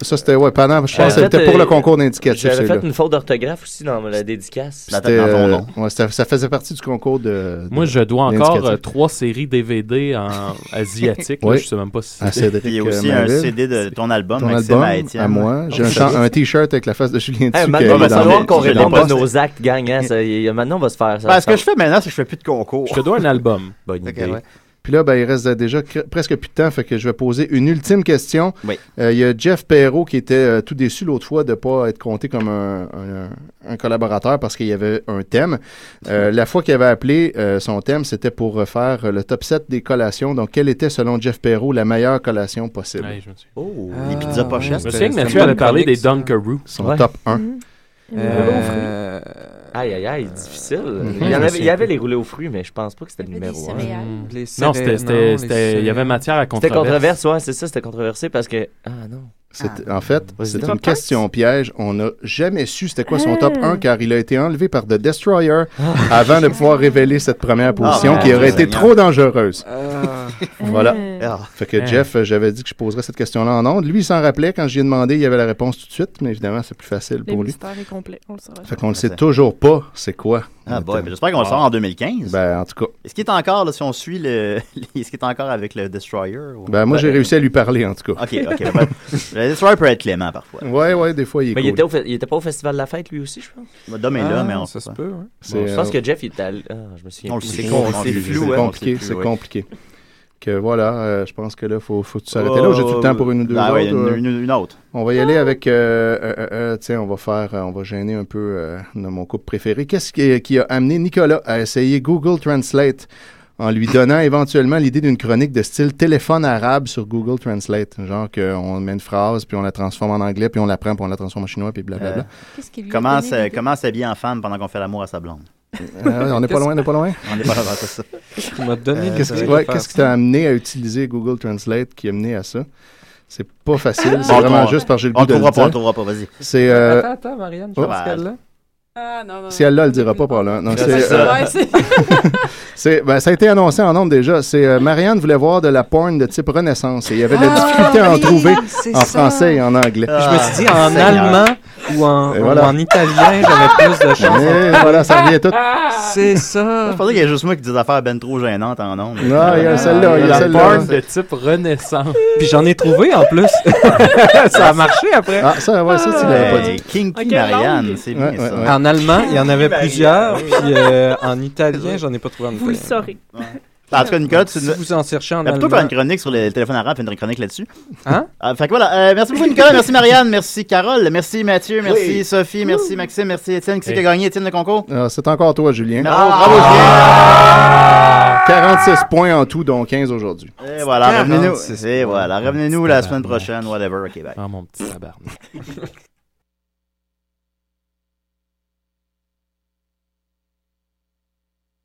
Ça, c'était, ouais, pendant, je pense que
Euh,
c'était
fait,
pour
euh,
le concours d'indicatif,
J'avais
celui-là.
fait une faute d'orthographe aussi dans la dédicace.
C'était, euh, ouais, c'était- ça faisait partie du concours de. de-
Moi, je dois encore
d'indicatif.
euh, trois séries DVD en asiatique. là,
Oui.
je sais même pas si
À Cédric,
Il y a aussi
euh,
un
Manville.
CD de ton album,
euh,
Ton
Maxime,
album,
à Étienne.
à moi. J'ai un,
Oh,
chan-
c'est-
un t-shirt avec la face de Julien
Hey,
dessus.
maintenant, on va
qui est dans
savoir
le-
qu'on
je l'ai
répond
pas.
à nos actes gagnants. ça, y- Maintenant, on va se faire. ça-
Ben, ce
ça-
que je fais maintenant, c'est que je fais plus de concours.
Je te dois un album.
Bonne
Ok,
idée.
ouais.
Puis là, ben, il reste déjà cr- presque plus de temps, fait que je vais poser une ultime question. Euh,
Oui.
Il y a Jeff Perrault qui était euh, tout déçu l'autre fois de ne pas être compté comme un, un- un collaborateur parce qu'il y avait un thème. Euh, la fois qu'il avait appelé, euh, son thème, c'était pour refaire euh, le top 7 des collations. Donc, quelle était, selon Jeff Perrault, la meilleure collation possible?
Ouais, je me suis-
Oh,
les pizzas pochettes.
Je me
Euh,
souviens que Mathieu avait parlé des Dunkaroos.
Son top 1.
Euh,
Aïe, aïe, aïe, difficile.
Mhm.
Il y, en avait, il y
C'est-
avait les roulés aux fruits, mais je pense pas que c'était le numéro 1.
Les céréales,
Non, c'était-
non,
c'était.
les
c'était- Il y avait
céréales.
matière à
C'était
controverse.
controversé, ouais, c'est ça, c'était controversé parce que. Ah non.
C'était- en fait,
Vas-y,
c'est
donc.
une question piège. On n'a jamais su c'était quoi son
Ah.
top 1 car il a été enlevé par The Destroyer avant de pouvoir révéler cette première position
Ah,
qui aurait
Dieu
été
Seigneur.
trop dangereuse. Ah. voilà.
euh,
Ah.
Fait que
Hein.
Jeff,
Eh.
euh, j'avais dit que je poserais cette question-là en ondes. Lui, il s'en rappelait. Quand j'y ai demandé, il y avait la réponse tout de suite, mais évidemment, c'est plus facile
Le
pour lui.
mystère est complet, on le saura.
Fait qu'on le sait toujours pas, c'est quoi.
Ah boy, ben j'espère qu'on le sort en 2015.
Ben, en tout cas.
Est-ce qu'il est encore, là, si on suit le. Est-ce qu'il est encore avec le Destroyer ou-
Ben, moi, j'ai
Ouais.
réussi à lui parler, en tout cas.
Ok, ok. ben, ben, le Destroyer peut être clément parfois.
Ouais, ouais, des fois, il est
Mais il
cool.
était, au fe- il était pas au Festival de la Fête, lui aussi, je pense.
Ben, Dom est là, Ah, mais on-
Ça
ça
se
se
peut,
peut,
ouais.
ouais.
C'est,
je pense
euh,
que Jeff, il était allé- ah, je me souviens
On le
plus.
sait,
C'est
on le
con-
sait
c'est
plus,
flou,
C'est
hein.
compliqué,
On sait
c'est
plus, ouais.
compliqué. Que voilà, euh, je pense que là, faut, faut s'arrêter là. ou J'ai tout le temps pour une ou deux
Ah
autres.
ouais, une-
euh?
une- une autre.
On va y aller avec, euh, euh, euh, euh, tiens, on va faire, euh, on va gêner un peu euh, de mon couple préféré. Qu'est-ce qui, qui a amené Nicolas à essayer Google Translate en lui donnant éventuellement l'idée d'une chronique de style téléphone arabe sur Google Translate, genre qu'on met une phrase puis on la transforme en anglais puis on la prend puis on la transforme en chinois puis
Euh,
blablabla.
Euh, Qu'est-ce qui lui a
Comment
donné
se-
l'idée?
comment s'habiller en femme pendant qu'on fait l'amour à sa blonde?
Euh, on n'est pas loin, on n'est pas loin.
On n'est pas loin, c'est ça.
Qu'est-ce qui m'a donné
Qu'est-ce qui
l'idée de
ouais,
faire
qu'est-ce qui
ça?
t'a amené à utiliser Google Translate qui a mené à ça C'est pas facile,
Ah.
c'est
On
vraiment
trouvera-
juste parce que j'ai le
on
goût de le
trouvera pas, on
dire.
trouvera pas, vas-y.
C'est euh,
Attends, attends, Marianne, je
oh.
pense qu'elle l'a.
Ah, non, non.
Si elle l'a, elle le dira pas probablement. Non,
Ouais,
c'est,
c'est
euh,
ça. Ouais, c'est-
c'est- ben, ça a été annoncé en nombre déjà. C'est euh, Marianne voulait voir de la porn de type Renaissance et il y avait de la
Ah,
difficulté à en
oui,
trouver
c'est
en
ça.
français et en anglais.
Ah,
Je me suis dit en allemand ou en,
Et voilà.
ou en italien, j'avais plus de chance.
Et voilà, ça revient tout.
C'est ça.
Je pensais qu'il y a juste moi qui dis des affaires ben trop gênantes en nombre.
Non, il y a celle-là, il y a
La
celle-là.
porn de type renaissance.
Puis j'en ai trouvé en plus. ça a marché après.
Ah, ça, ouais, ça, tu l'avais pas dit.
Kinky
En quelle
Marianne,
langue?
c'est
Ouais,
bien
ouais,
ça.
ouais.
En allemand, il y en avait
Marianne.
plusieurs. Puis euh, en italien, j'en ai pas trouvé en italien.
Vous le saurez.
Bah, En tout cas, Nicolas, tu
Si vous en cherchez en
Ben, plutôt faire
allemand.
une chronique sur le téléphone arabe, faire une chronique là-dessus.
Hein?
Ah, fait que voilà. Euh, merci beaucoup, Nicolas. Merci, Marianne. Merci, Carole. Merci, Mathieu. Merci, Sophie. Merci, Maxime. Merci, Étienne. Qui c'est qui a gagné, Étienne, le concours?
Ah, c'est encore toi, Julien.
Bravo, bravo, Julien.
46 points en tout, dont 15 aujourd'hui.
Et voilà,
46
revenez-nous. Et voilà, revenez-nous la semaine prochaine, whatever. Ok, bye.
Ah, mon petit tabarnak.